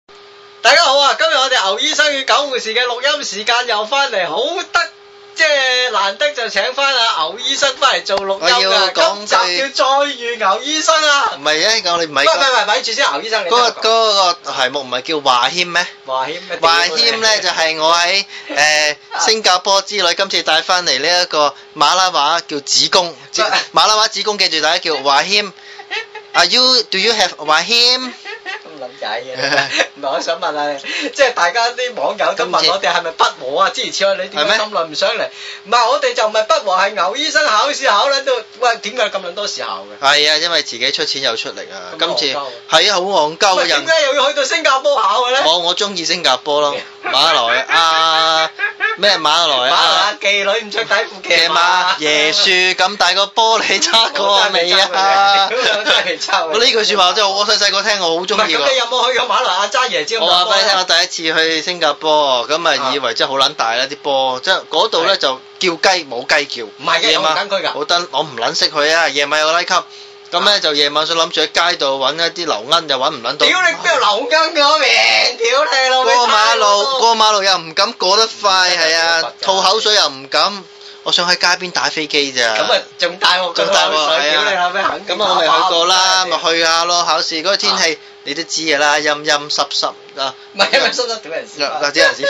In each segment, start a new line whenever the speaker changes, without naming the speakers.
啊牛醫生與狗護士嘅錄音時間又翻嚟，好得即係難得就請翻阿牛醫生翻嚟做錄音
我
㗎
要講
今集要再遇牛醫生啊！
唔係啊，我哋唔
唔係
係
唔係唔係，咪住先，牛醫生你
嗰個
聽我講
嗰個題目唔係叫華謙咩？
華謙咩
華謙咧就係我喺誒新加坡之旅今次帶翻嚟呢一個馬拉話叫子宮，子馬拉話子宮記住大家叫華謙。Are you do you have 華謙？
咁撚曳嘅， 唔係我想問下你，即係大家啲網友都問我哋係咪不和啊？之前此類，你點解
係咩
咁耐唔上嚟？唔係我哋就唔係不和，係牛醫生考試考撚到，喂點解咁撚多時候嘅？
係啊，因為自己出錢又出力啊，今次
咁戇鳩
係啊，好戇鳩
喂點
人。
解又要去到新加坡考嘅咧？
我我中意新加坡咯，馬來啊咩馬
馬
來
來
啊
妓女唔着底褲
嘅
騎
馬
馬，
椰樹咁大個玻璃差過未啊
我？真係未抄過
我呢句説話真係我細細個聽我好中
唔係
意
咁你
喎。
有冇去過馬來亞揸椰蕉咁
啊我
多啊？
話俾你聽，我第一次去新加坡，咁啊以為真係好撚大啦啲波，即係嗰度咧就叫雞冇雞叫，
唔係嘅，有冇跟佢㗎？
好得我唔撚識佢啊！夜晚有拉級，咁咧就夜晚想諗住喺街度揾一啲流鶯，就揾唔撚到。
屌你邊度流根嗰邊？屌你老味！
過馬
差
路，
佬
過馬路又唔敢過得快，
唔得
係
真係
啊，
真係
吐口水又唔敢。我想喺街邊打飛機咋。
咁啊，仲大鑊
仲大鑊
水
係
屌
啊
你老味肯定
咁啊，我咪去過啦，咪
打靶
去下咯。考試嗰個天氣你都知㗎啦，陰陰濕濕 啊，
唔係因為濕濕屌人屎忽
嗱啲人屎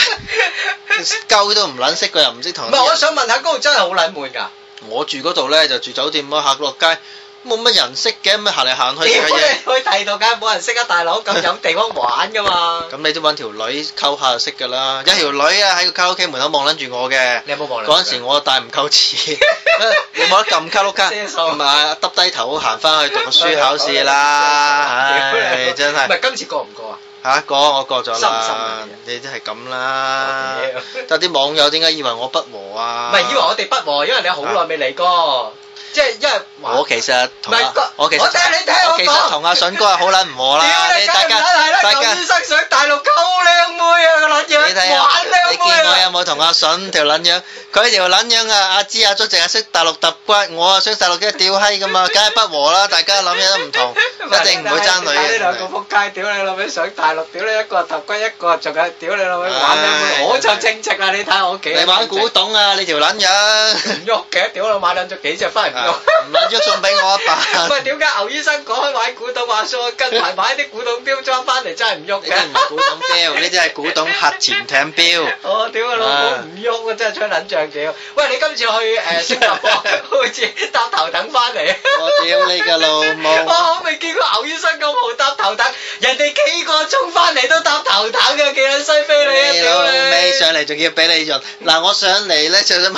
忽，鳩都唔撚識佢，又唔識同
唔
人哋
係，我想問下嗰度真係好撚悶㗎。
我住嗰度咧就住酒店咯，行落街冇乜人識嘅，咁啊行嚟行去食
屌
下
你
嘢。
去第二度梗係冇人識啊，大佬咁有地方玩㗎嘛？
咁你都揾條女溝下就識 㗎啦，有條女啊喺個卡拉 OK 門口望撚住我嘅。
你有冇望啊
嗰陣時我帶唔夠錢， 你冇得撳卡碌卡，
遮手
唔係耷低頭行翻去讀 書考試啦，唉真
唔
係
係今次過唔過啊？
嚇講我過
心
咗
唔心啊
啦，你都係咁啦
我屌。
但啲網友點解以為我不和
唔
啊？
係以為我哋不和，因為你好耐未嚟過，即係因為
我其實同
唔係
阿
個
我其實
我聽你聽我講
其實同阿筍哥係好撚唔和
屌
啦，
你
你
梗係
大
唔
家
撚係啦，
大
舊
家
醫生上大陸溝靚妹啊個撚
你睇
樣，
下
玩靚，
你
妹
見我
啊！
有冇同阿筍條撚樣？佢條撚樣啊，阿芝阿卒淨係識大陸揼骨，我啊想大陸嘅屌閪咁 啊嘛，梗係不和啦，大家諗嘢都唔同，一定唔會爭女
呢兩個
嘅。
仆街，屌你老味上大陸，屌你一個頭骨，一個仲係屌你老味玩靚
唉
妹，我就正直啦！你睇我幾
你玩古董啊，你條撚樣，
唔喐嘅，屌我買兩隻幾隻翻嚟唔喐。
唔撚喐送俾我一
唔係
百，
點解牛醫生講開買古董話數，跟埋買啲古董錶裝翻嚟真係唔
呢
喐
啲唔係古
嘅？
董 錶，呢啲係古董核潛艇錶。
我屌個老母唔喐啊！真係吹撚脹屌！喂，你今次去誒新加坡，好似搭頭等翻嚟。
我屌你嘅老母！
我未見過牛醫生咁好搭頭等，人哋幾個鐘翻嚟都搭頭等嘅，幾撚西非你
你
啊！
老
屌
味
你！
上嚟仲要俾你潤，嗱我上嚟咧就想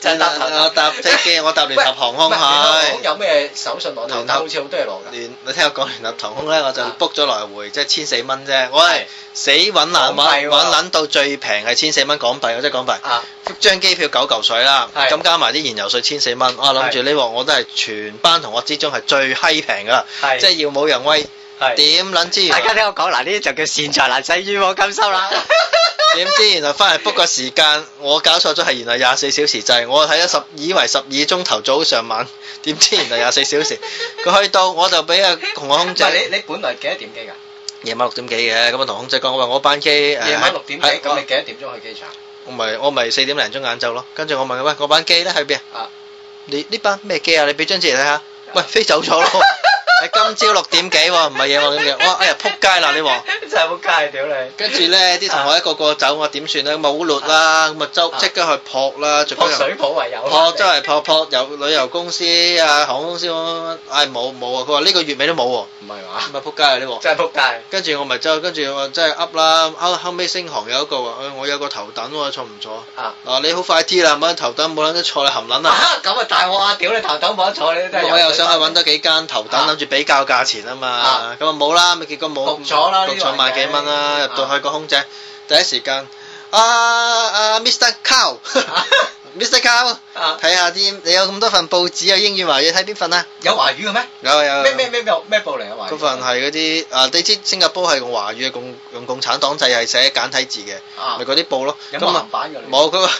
就搭頭等
我搭飛機，我搭聯合航空
喂唔係聯合
去
航空。有咩手信攞頭等？好似好多嘢攞㗎。
聯你聽我講聯合航空咧，我就
啊
book 咗來回，即係千四蚊啫。我係死揾難
港幣
揾
喎
揾撚到最平係千四蚊港幣，即係港幣。
啊！
張機票九嚿水啦，
係
咁加埋啲燃油税千四蚊，我諗住呢鑊我都係全班同學之中係最閪平噶啦，
係
即係耀武揚威。
係
點撚知原來
大家聽我講嗱，呢啲就叫善財難使，冤枉甘心 啦。
點知原來翻嚟 book 個時間，我搞錯咗係原來廿四小時制，我睇咗十以為十二鐘頭早上晚，點知原來廿 四小時。佢去到我就俾阿同我空
唔係
姐
你你本來幾多點機㗎？
夜晚六點幾嘅，咁啊同空姐講，我話我班機誒
夜晚六點幾，
喺
咁你幾多點鐘去機場？
我咪我咪四點零鐘晏晝咯，跟住我問佢喂，我班機咧喺邊
啊
啊？你呢班咩機啊？你俾張紙嚟睇下， 喂飛走咗咯，係今朝六點幾喎，唔係 夜晚六點幾，哇哎呀撲街啦呢鑊！
真係好街屌你！
跟住咧，啲同學一個個走，我點算咧？咁啊好劣啦，咁啊周
啊
即刻去撲啦，最
撲水泡為有。哦
撲周圍撲撲遊旅遊公司啊、航空公司咁樣，唉冇冇啊！佢話呢個月尾都冇喎，
唔係嘛？
咁啊撲街啊呢鑊！
真係撲街。
跟住我咪走，跟住我真係噏啦，後後尾星航有一個話：，誒哎我有個頭等喎，坐唔坐？
啊！
嗱你好快啲啦，冇撚頭等冇撚得坐啦，含撚啊！
啊咁啊大鑊啊！屌你頭等冇得坐，你都真係。
我又想去揾。多幾間頭等，
啊
諗住比較價錢啊
啊
嘛，咁啊冇啦，咪結果冇
焗咗啦呢
焗
啲
咗萬幾蚊啦，
位
入
置
到去個空姐第一時間啊啊 Mr. Cow，Mr. Cow，
啊！
睇下啲你有咁多份報紙啊，英語華語睇邊份啊？
有華語嘅咩？
有有有
咩咩咩咩咩報嚟啊？華語。
嗰份係嗰啲啊，你知新加坡係用華語嘅共用共產黨制係寫簡體字嘅，
啊
咪嗰啲報咯，
有
咁
冇
啊
鹹版㗎？你。
冇佢話。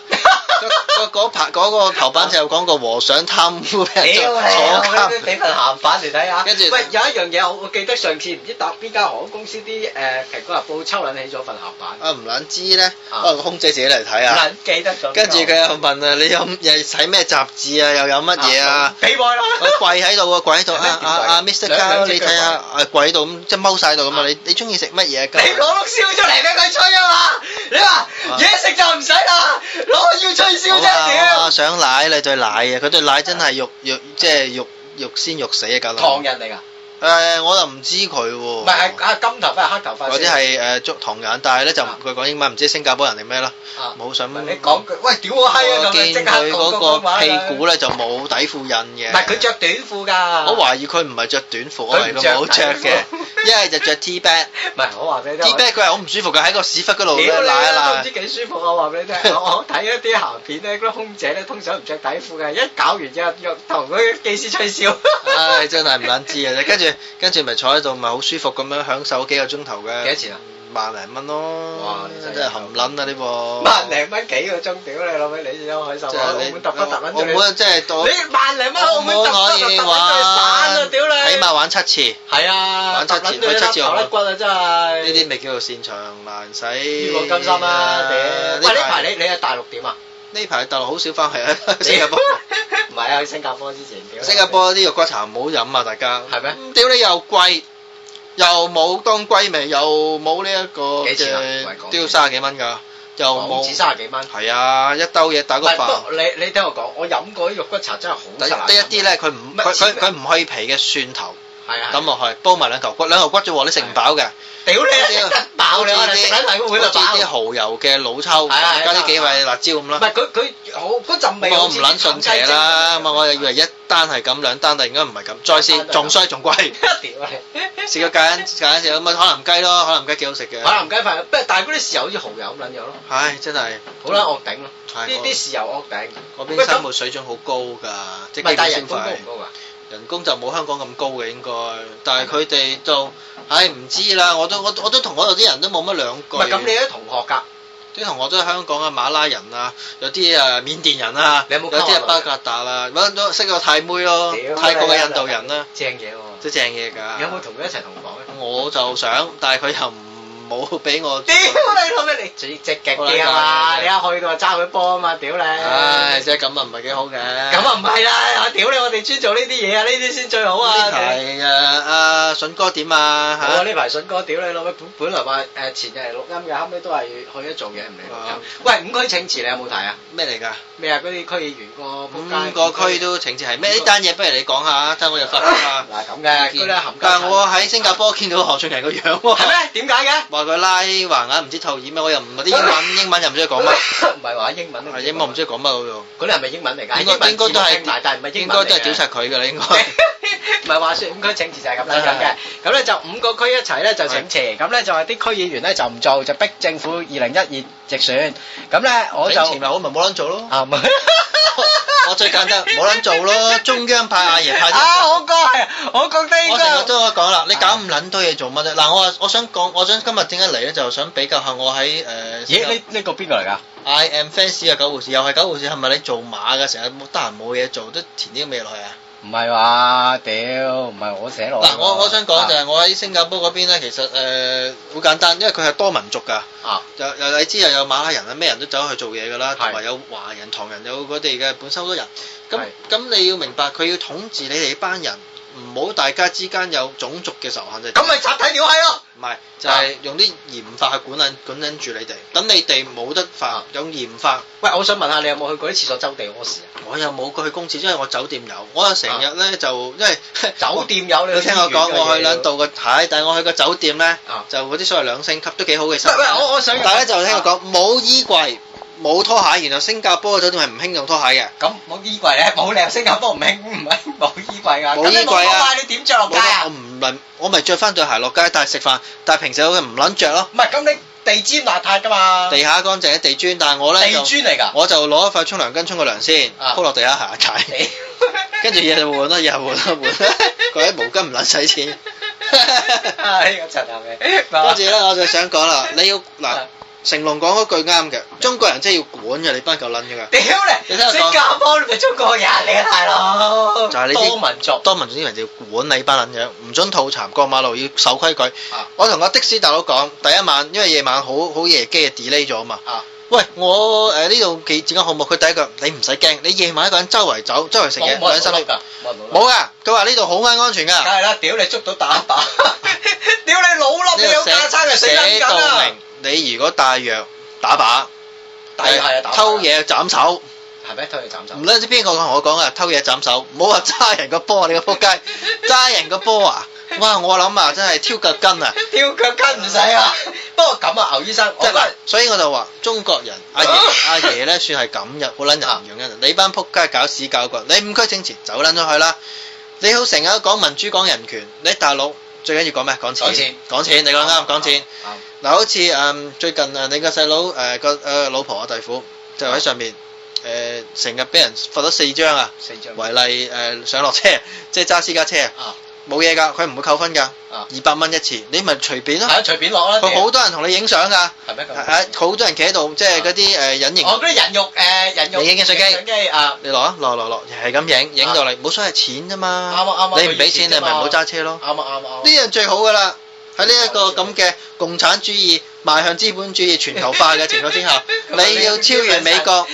嗰嗰排嗰個頭版就有講過和尚貪污俾人
屌
坐
你
坐
啊！俾
監，
俾份鹹飯嚟睇下。
跟住
喂，有一樣嘢我我記得上次唔知搭邊間航空公司啲誒蘋果日報抽撚起咗份鹹飯，
啊唔撚知咧，
啊
可能空姐自己嚟睇
唔
啊。
撚記得咗邊個。
跟住佢又問啊，你有又睇咩雜誌啊？又有乜嘢啊？？
俾我啦！
我跪喺度啊，跪喺度啊啊啊，Mr.
兩
Carl，
兩隻
你
腳
睇下啊，跪喺度咁即係踎晒喺度咁啊！
啊
你你中意食乜嘢啊
你攞
㗎？
碌燒出嚟俾佢吹啊嘛！你話嘢食就唔使啦，攞要吹燒啫
好啊好啊
屌！
想奶你對奶啊！佢對奶真係肉肉即係肉肉先肉死啊！搞
唐
到
人嚟㗎，
誒，我就唔知佢
唔係
喎。
係啊金頭髮黑頭髮
或
先。
者係誒捉唐人，但係咧就唔
啊
佢講英文，唔知新加坡人定咩啦，
啊
冇想。
你講句喂屌我閪啊
我
咁樣，即
見
刻講
佢嗰
廣東
個
話
屁
啦
股咧就冇底褲印嘅。
唔係佢着短褲㗎。
我懷疑佢唔係着短褲，我懷疑佢冇着嘅
佢，
一係就着 T bag。
唔係我話俾你聽。
T bag 佢係好唔舒服嘅，喺個屎忽嗰度
屌
咧
你
揦一
啦，都唔
揦
知。幾舒服啊！我話俾你聽， 我我睇一啲鹹片咧，嗰啲空姐咧通常唔着底褲嘅，一搞完之後又同嗰啲技師吹笑。
唉，真係唔撚知啊！跟住跟住咪坐喺度，咪好舒服咁樣享受幾個鐘頭
幾多
嘅。
錢啊？
萬零蚊咯。
哇你真
真
係
係含撚啊呢個。
萬零蚊幾個鐘，屌你老味，你有開心
即
啊！
係
澳
你
門特不特撚
澳
咗
門即係到
你，你萬零蚊澳門特不
可
特撚咗
以
你
玩
散啊！屌你，
起碼玩七次。
係啊，
玩七
特
折
撚咗你
玩七折
粒頭
好
甩骨啊！真係
呢啲咪叫做擅長難使。
魚黃金心啊！屌，
呢
喂呢排你你喺大陸點啊？
呢排大陸好少翻去啊，新加坡。
唔係啊，去新加坡之前屌。
新加坡啲肉骨茶唔好飲啊，大家。
係咩
嗯？屌你又貴，又冇當歸味，又冇呢一個
幾錢啊
嘅
喂講
都要
先
三十幾蚊㗎，又
港紙
冇。
三十幾蚊。
係啊，一兜嘢打
唔
個
係，不過
飯。
你你聽我講，我飲過啲肉骨茶真係好
得
難飲啊
得一啲，咧，佢唔
唔係
佢佢
錢
佢唔去皮嘅蒜頭
係啊，
抌落去，煲埋兩嚿骨，兩嚿骨啫喎，你食唔飽嘅。
屌你啊，食得
好
飽你，我哋
似啲
食緊大碗就
好似啲
飽。
蠔油嘅老抽，
係啊係啊
加啲幾
係啊
塊辣椒咁
唔
啦。
係佢佢好嗰陣味
我
好
唔
似啲
撚信邪啦，咁啊我又以為一單係咁，兩單突然間唔係咁，
兩單
再試
都係咁
仲衰仲貴。
屌你，
食咗芥蘭芥蘭就咁啊，海南雞咯，海南雞幾好食
海
嘅。
南雞飯，不過但係嗰啲豉油好似蠔油咁撚樣咯，
唉，真係
好啦，惡頂咯，
係
呢啲豉油惡頂。
我邊生活水準好高㗎，即
唔
係基
係，但
本
係人工
消
高
費
唔。高啊？
人工就冇香港咁高嘅應該，但係佢哋就唉唔知啦。我都我我都同嗰度啲人都冇乜兩
唔
句。
係咁，你都同學㗎，
啲同學都係香港啊、馬拉人啊，有啲啊緬甸人啊，
你有冇溝
有啲
下
係
女
巴格達啦，揾到識個泰妹咯，
屌
泰國嘅印度人啦，
正嘢喎。
都正嘢㗎。
有冇同佢一齊同房咧？
我就想，但係佢又唔冇俾我。
屌你老味，你最積極啲啊
好
嘛！
撚
你一去到就揸佢波啊嘛，屌你！
唉，即係咁啊，唔係幾好嘅。
咁啊唔係啦，啊屌你！我哋專做呢啲嘢啊，呢啲先最好啊！
呢排誒阿筍哥點啊
我話
嚇？
呢排筍哥屌你老味，本本來話誒前日係錄音嘅，後尾都係去咗做嘢，唔理錄
啊
音。喂，五區請辭你有冇睇啊？
咩嚟㗎？
咩啊？嗰啲區議員個仆街
五個區都請至係咩？呢單嘢不如你講下，等我入 法下。
嗱咁嘅，嗰啲冚家鏟
但係我喺新加坡見到何俊仁 個樣
係
喎，
咩？點解嘅？
話佢拉橫額唔知套耳咩，我又唔嗰啲 英文，英文又唔知佢講乜，
唔係話英文都
係英文唔知佢講乜嗰度。
嗰啲係咪英文嚟㗎？
應該
英文
應該都
字幕
係
聽埋，但係唔係
應
英
該
文嚟嘅
都係 屌柒佢㗎啦，應該。
唔係話説五區請辭就係咁樣嘅，咁咧就五個區一齊咧就請辭，咁咧就係啲區議員咧就唔做，就逼政府二零一二直選，咁咧 我就
整前咪好咪冇撚做咯。
啊唔係。
我最簡單冇撚做咯，中央派阿爺派 啲人
啊，
做
我覺係，我覺得應
我成日
該
都有講啦，
啊
你搞咁撚多嘢做乜啫？嗱，我我想講，我想今日點解嚟咧，就想比較下我喺誒。
咦？呢呢個邊個嚟㗎？
I am fans 嘅狗護士，又係狗護士，係咪你做馬嘅？成日冇得閒冇嘢做，都填啲咩落去啊？
唔係話屌，唔係我寫落去㗎。
嗱，我我想講就
哦啊
係我喺新加坡嗰邊咧，其實誒好、簡單，因為佢係多民族㗎，
啊
又又你知又有馬拉人啊，咩人都走去做嘢㗎啦，
係
同埋有華人、唐人，有佢哋嘅本身好多人。咁
係
咁你要明白，佢要統治你哋班人，唔好大家之間有種族嘅仇恨就
咁咪集體屌閪咯！
唔係，就
啊
係用啲嚴法去管緊管緊住你哋。咁你哋冇得法
啊，
有嚴法。
喂，我想問下你有冇去過啲廁所周地屙屎啊？
我又冇過去公廁，因為我酒店有，我又成日咧就因為
啊 酒店有你
你聽我講，我去兩
兩
度個係，但係我去個酒店咧
啊，
就嗰啲所謂兩星級都幾好嘅
喂喂，我 我想啊
但係咧就聽我講冇衣櫃、冇拖鞋，原來新加坡嘅酒店係唔興用拖鞋
咁冇衣櫃咧，冇理由新加坡唔興唔興冇衣櫃㗎。咁
冇衣櫃啊
你冇拖鞋你點着
嘅。
落街
冇
啊
我？唔能，我咪着翻對鞋落街，但係食飯，但係平時我唔撚着咯。
唔係咁你地氈邋遢㗎嘛？
地下乾淨，地磚，但係我
啊地
咧就
磚嚟㗎。
我就攞一塊沖涼巾沖個涼先，
啊
鋪落地下行下街。跟住嘢就換啦，又換啦，換啦，嗰啲毛巾唔撚使錢。
啊呢個陳係咪？
跟住咧，我就想講啦，你要嗱，成龍講嗰句啱嘅，中國人真係要管嘅，你班狗撚嘅。
屌你，
你聽我講
新加坡你咪中國人嚟嘅大佬，
就係呢啲
多民族。
多民主啲人就要管你班撚樣，唔准吐痰過馬路要守規矩。
啊
我同個的士大佬講，第一晚因為夜晚好好夜機啊 delay 咗嘛。
啊
喂，我誒呢度幾幾間項目，佢第一句你唔使驚，你夜晚一個人周圍走，周圍食嘢
冇冇
兩
人
三
冇。
粒
㗎，冇人冇㗎。
冇噶，佢話呢度好啱安全
梗
噶。
係啦，屌你捉到打一 打，屌你老
呢
笠你有
度寫
架撐就死撚
寫
緊
到
啦
明，，你如果帶藥打靶，
大係啊打靶
偷嘢斬手，
係咪推佢斬手
唔？撚知邊個同我講啊，偷嘢斬手，唔好話揸人個波啊，你個 仆街，揸人個波啊！哇，我諗啊，真係挑腳筋啊！
跳腳筋唔使啊！不過咁啊，牛醫生，我
即
覺
係嗱
得，
所以我就話中國人阿爺 阿爺咧算係咁嘅，好撚人樣嘅。你班撲街搞屎搞骨，你五區政治走撚咗去啦！你好成日都講民主講人權，你喺大陸最緊要講咩？講錢，
講錢
講錢你講啱，講錢。
啱
嗱，好似誒最近誒你個細佬誒個誒老婆啊弟婦就喺上面誒成日俾人罰咗四張啊，
四張
違例誒上落車， 即係揸私家車
啊
冇嘢㗎，佢唔會扣分㗎，
啊
二百蚊一次，你咪隨便
係
咯。
啊，隨便攞啦，
佢好
屌
多人同你影相㗎。
係啊咩
啊
咁？
好多人企喺度，即係嗰啲誒隱
我
形，
嗰啲人肉誒人肉
你影嘅相機
相機啊，
你攞啊，攞攞攞，係咁影，影到你冇所謂錢啫嘛。
啱啊啱啊
你唔俾錢，你咪唔好揸車咯。
啱啊啱啊
呢
啱啊。，
樣最好噶啦。喺呢一個咁嘅共產主義邁向資本主義全球化嘅情況之下你要超越美國，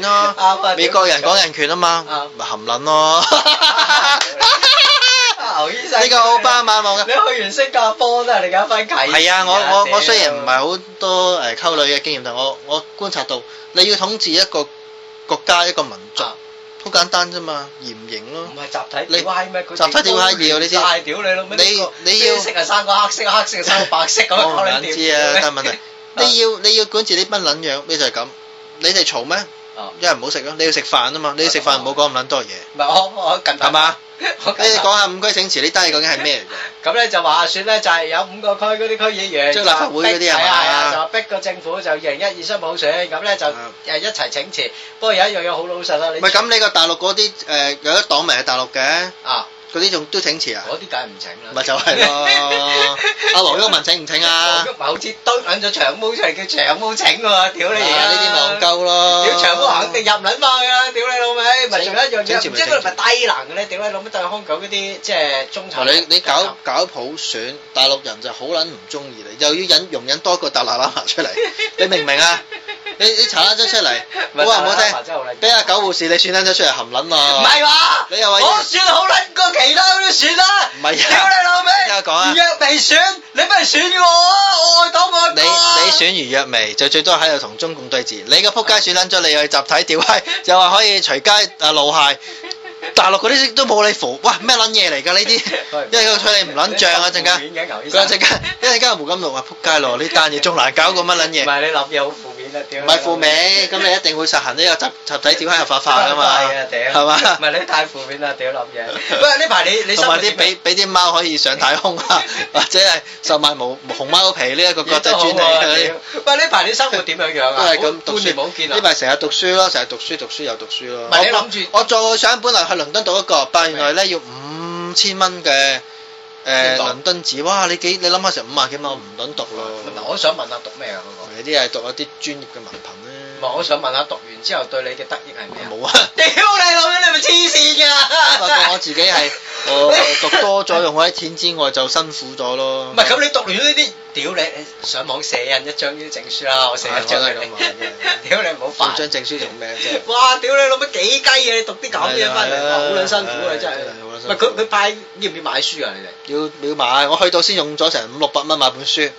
咯。
啱啊
美國人講人權啊嘛，咪含撚咯。
啊牛醫生，
呢個奧巴馬冇嘅。
你去完新加坡都係你嘅一番啟示
係啊，我我我雖然唔係
好，
好多誒溝女嘅經驗，但我我觀察到，你要統治一個國家一個民族，
啊
好簡單啫嘛，嚴刑咯。
唔係集體
你
屌閪咩？佢
集體屌閪要呢啲
大屌你老味，
你
呢個
你要
啡色係生個黑色，黑色係生個白色咁
我唔
樣，
撚知啊，但係問 題，你要你要管治呢班撚樣，你就係咁。你哋嘈咩
啊？
一人唔好食咯，你要食飯啊嘛，你要食飯唔好講咁撚多嘢，
唔係我我近排
係嘛？
我
你
近排
哋講下五龜醒池呢單嘢究竟係咩嚟
咁咧就話説咧，就係有五個區嗰啲區議員，
即係立法會嗰啲係嘛
係啊係啊，就話逼個政府就二零一二商普選，咁咧就
啊
誒一齊請辭。不過有一樣嘢好老實啦，你
嘅？唔係咁，你個大陸嗰啲誒有一黨咪係大陸嘅，
啊，
嗰啲仲都請辭啊？
嗰啲梗係唔請啦。
咪就 係咯，阿黃毓民請唔請
黃？
啊
毓民好似蹲撚咗長毛出嚟，叫長毛請喎，屌你而家
呢啲咪戇鳩咯。
屌長毛肯定入撚翻去啦，屌你老味！咪仲有一樣
整
嘢，
住
唔
咪
知佢
整
係咪低能嘅咧？屌你老味，對香港嗰啲即係中產。
你你搞搞普選，大陸人就好撚唔中意你，又要忍容忍多個達賴喇嘛 出嚟，你明唔明啊？你你查撚咗出嚟，
咪
好啊話唔
達賴喇嘛真係
好
好撚
聽，俾阿九護士你算撚咗出嚟含撚
唔
啊！
係話，
你又話
我選好撚過其他嗰啲選啦，
唔係啊
屌你老味！
聽我講啊
預約未選，你不如選我啊，我愛黨我愛
你
國啊
你選如若薇就最多喺度同中共對峙，你個撲街選撚咗你去集體屌閪，又話可以隨街啊露械，大陸嗰啲都冇你符，哇咩撚嘢嚟㗎呢 啲？因為佢睇你唔撚漲啊陣間。
你咁負面嘅牛醫
佢
生
一陣間，一陣間胡金龍話：撲街咯，呢單嘢仲難搞過乜撚
唔
嘢？
係你諗嘢好負面啊，屌！
唔係負。面，咁你一定會實行呢個集集體屌閪合法化噶嘛？
係啊，屌！
係嘛
唔？係你太負面啦，屌諗嘢。喂，呢排你你
同埋
心裏
啲俾
面
俾啲貓可以上太空 啊，或者係售賣毛紅貓皮呢一個國際專利嗰
亦
啲
都好啊，屌喂，呢排你生活點樣樣
都
啊？
係咁讀
半年冇
書。
見啊
呢。排成日讀書咯，成日讀書讀書又讀書咯。
唔係你
我
諗住
我做想本啊來去倫敦讀一個，但原來咧要五千蚊嘅
英
誒
鎊
倫敦紙，哇！你幾你諗下成五萬幾蚊，我唔撚讀
嗱，
咯。
我想問下讀咩啊嗰個？
你啲係讀一啲專業嘅文憑咧。
唔係，我想問下讀完之後對你嘅得益係咩啊？
冇啊！
屌你老味，你咪黐 線㗎！
發覺我自己係 我讀多咗，用喺錢之外就辛苦咗咯。
唔係咁，你讀完呢啲，屌你你上網寫印一張呢啲證書啦，我寫一張俾
係我都係咁話
你。屌你唔好
做
煩。
張證書做咩啫？
哇！屌你老母幾雞啊！你讀啲咁嘢翻嚟，
係啊
哇好撚辛苦啊！
係啊
真係
真係好撚。
唔
辛苦
係佢佢派要唔要買書啊？你哋
要要買，我去到先用咗成五六百蚊買本書，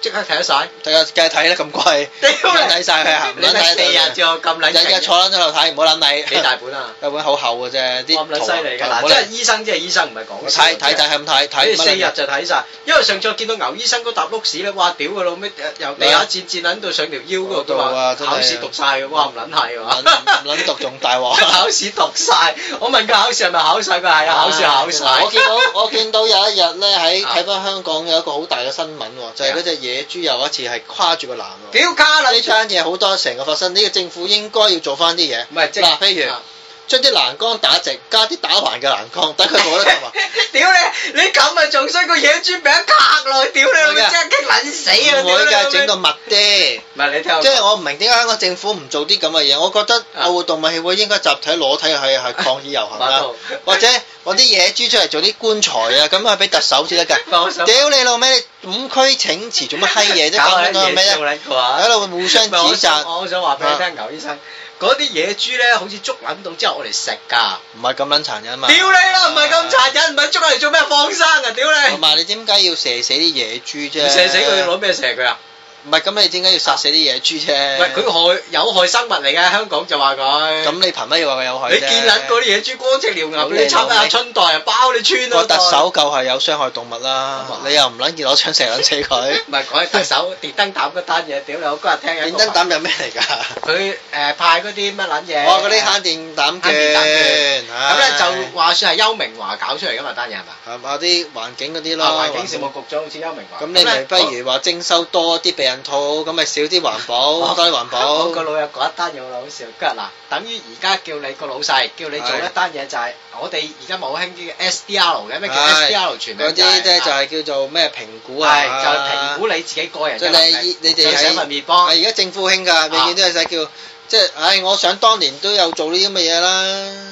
即刻睇得晒？
睇下梗係睇啦咁貴，
屌
唔撚
你！
睇晒佢啊！唔
你
撚
睇四日
睇
之後咁撚勁
日日坐撚喺度睇，唔好撚睇。
幾大本啊？
有本好厚嘅
咁
啫，啲
撚犀利㗎嗱，
圖
即係醫生即係醫生，唔係講
我睇睇睇係咁
睇
睇睇
四
乜
日
撚嘢
就睇晒，因為上次我見到牛醫生嗰沓碌屎咧，哇屌佢老味，由呃地下戰戰撚到上條腰嗰度，
啊嗰度啊真係
考試讀晒嘅，哇唔撚係
唔
喎，
撚唔撚讀仲大鑊。
考試讀晒，我問佢考試係咪考晒，佢係啊考試考晒。
我見到我見到有一日咧喺
啊
睇翻香港有一個好大嘅新聞喎，就係嗰只野豬有一次係跨住個欄喎。
啊屌卡撚
呢單嘢好多成個發生，呢個政府應該要做翻啲嘢。
唔係即係
嗱，譬如
啊
將啲欄杆打直，加啲打橫嘅欄杆，等佢 冇得撳啊！
屌你！你咁啊，仲衰過野豬俾一卡落去，屌你老母！
唔會㗎
真係激撚死啊！
唔會
屌
㗎，
你老
整個
母
密啲。
唔係你聽我
即
講
係我唔明點解香港政府唔做啲咁嘅嘢，我覺得愛護動物協會應該集體裸體去 係抗議遊行
啊馬
啦
道，
或者揾啲野豬出嚟做啲棺材啊，咁啊俾特首先得
放手
㗎。屌你老味，你五區請辭做乜閪嘢啫？
搞
講
緊
緊
嘢
咩
做
啫？
撚個啊！
喺度互相指
唔係 我想
責，
我想話俾你聽，牛醫生，嗰啲野豬咧，好似捉撚到之後我嚟食㗎。
唔係咁撚殘忍啊嘛。
屌你啦，唔係咁。殘忍，唔係捉嚟做咩放生啊！屌
同
你！
埋你點解要射死啲野豬啫？
射死佢攞咩射佢啊？
唔係咁，你點解要殺死啲野豬啫？
唔係佢害有害生物嚟嘅，香港就話佢。
咁你憑乜嘢話佢有害啫
你見撚嗰啲野豬光赤撩
好
牛，
你
你侵
老
啊
味
春代啊，包你穿啊！
個特首夠係有傷害動物啦
咁啊，
你又唔撚見攞槍射撚死佢。
唔係講起特首電燈膽嗰單嘢，屌你！我嗰日聽有一
電
個
燈膽有咩嚟㗎？
佢誒派嗰啲乜撚嘢？
哦，嗰啲慳電
慳電膽
膽
券
券，
咁咧
唉
就話算係邱明華搞出嚟㗎嘛單嘢係嘛？
係嘛啊啲環境嗰啲咯，
啊環境事務局長好似邱明華。
咁你咪
咧
不如話徵收多啲避孕套，咁咪少啲環
我
保，多啲環
我個
保。
老友講一單嘢好好笑，今日嗱，等於而家叫你個老細叫你做一單嘢就係我哋而家咪好興啲 SDR 嘅，咩叫
唉
SDR 全名
嗰啲咧就
係
係叫做咩評估啊？
係就係評估你自己個人
即
嘅
係
能力
你。你哋
想啊
喺
份面幫
係而家政府興㗎，永遠都係使叫即係，唉，我想當年都有做呢啲咁嘅嘢啦。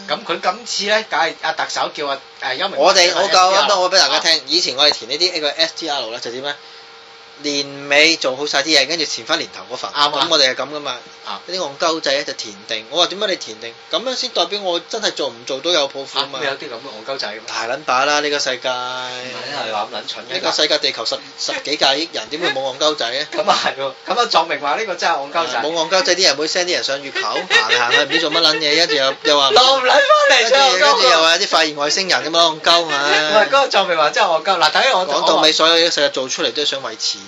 咁佢今次咧，梗係阿特首叫阿誒邱明華
我哋我夠
做
啱啱我俾大家
SDR
聽，以前我哋填呢啲一個 STR 咧就點咧？年尾做好晒啲嘢，跟住填翻年頭嗰份，
啱啊
咁我哋係咁噶嘛。
啊
呢啲戇鳩仔咧就填定，我話點解你填定？咁樣先代表我真係做唔做都有抱負
啊
嘛
會。有啲咁嘅戇鳩仔咁。
大撚把啦呢個世界，
係啊話咁撚蠢嘅
呢 個世界地球十十幾廿億人，點會冇戇鳩仔咧？
咁啊係喎，咁啊作明話呢個真係戇鳩仔。
冇戇鳩仔啲人會 send 啲人上月球行行去，唔知做乜撚嘢，跟住又又話，
落唔撚翻
跟
嚟
住
真係戇鳩
跟住又話有啲發現外星人咁樣戇鳩
唔係嗰
啊！
個作明話真係戇鳩。嗱，睇我
講到尾，所有嘢成日做出嚟都係想為錢啫。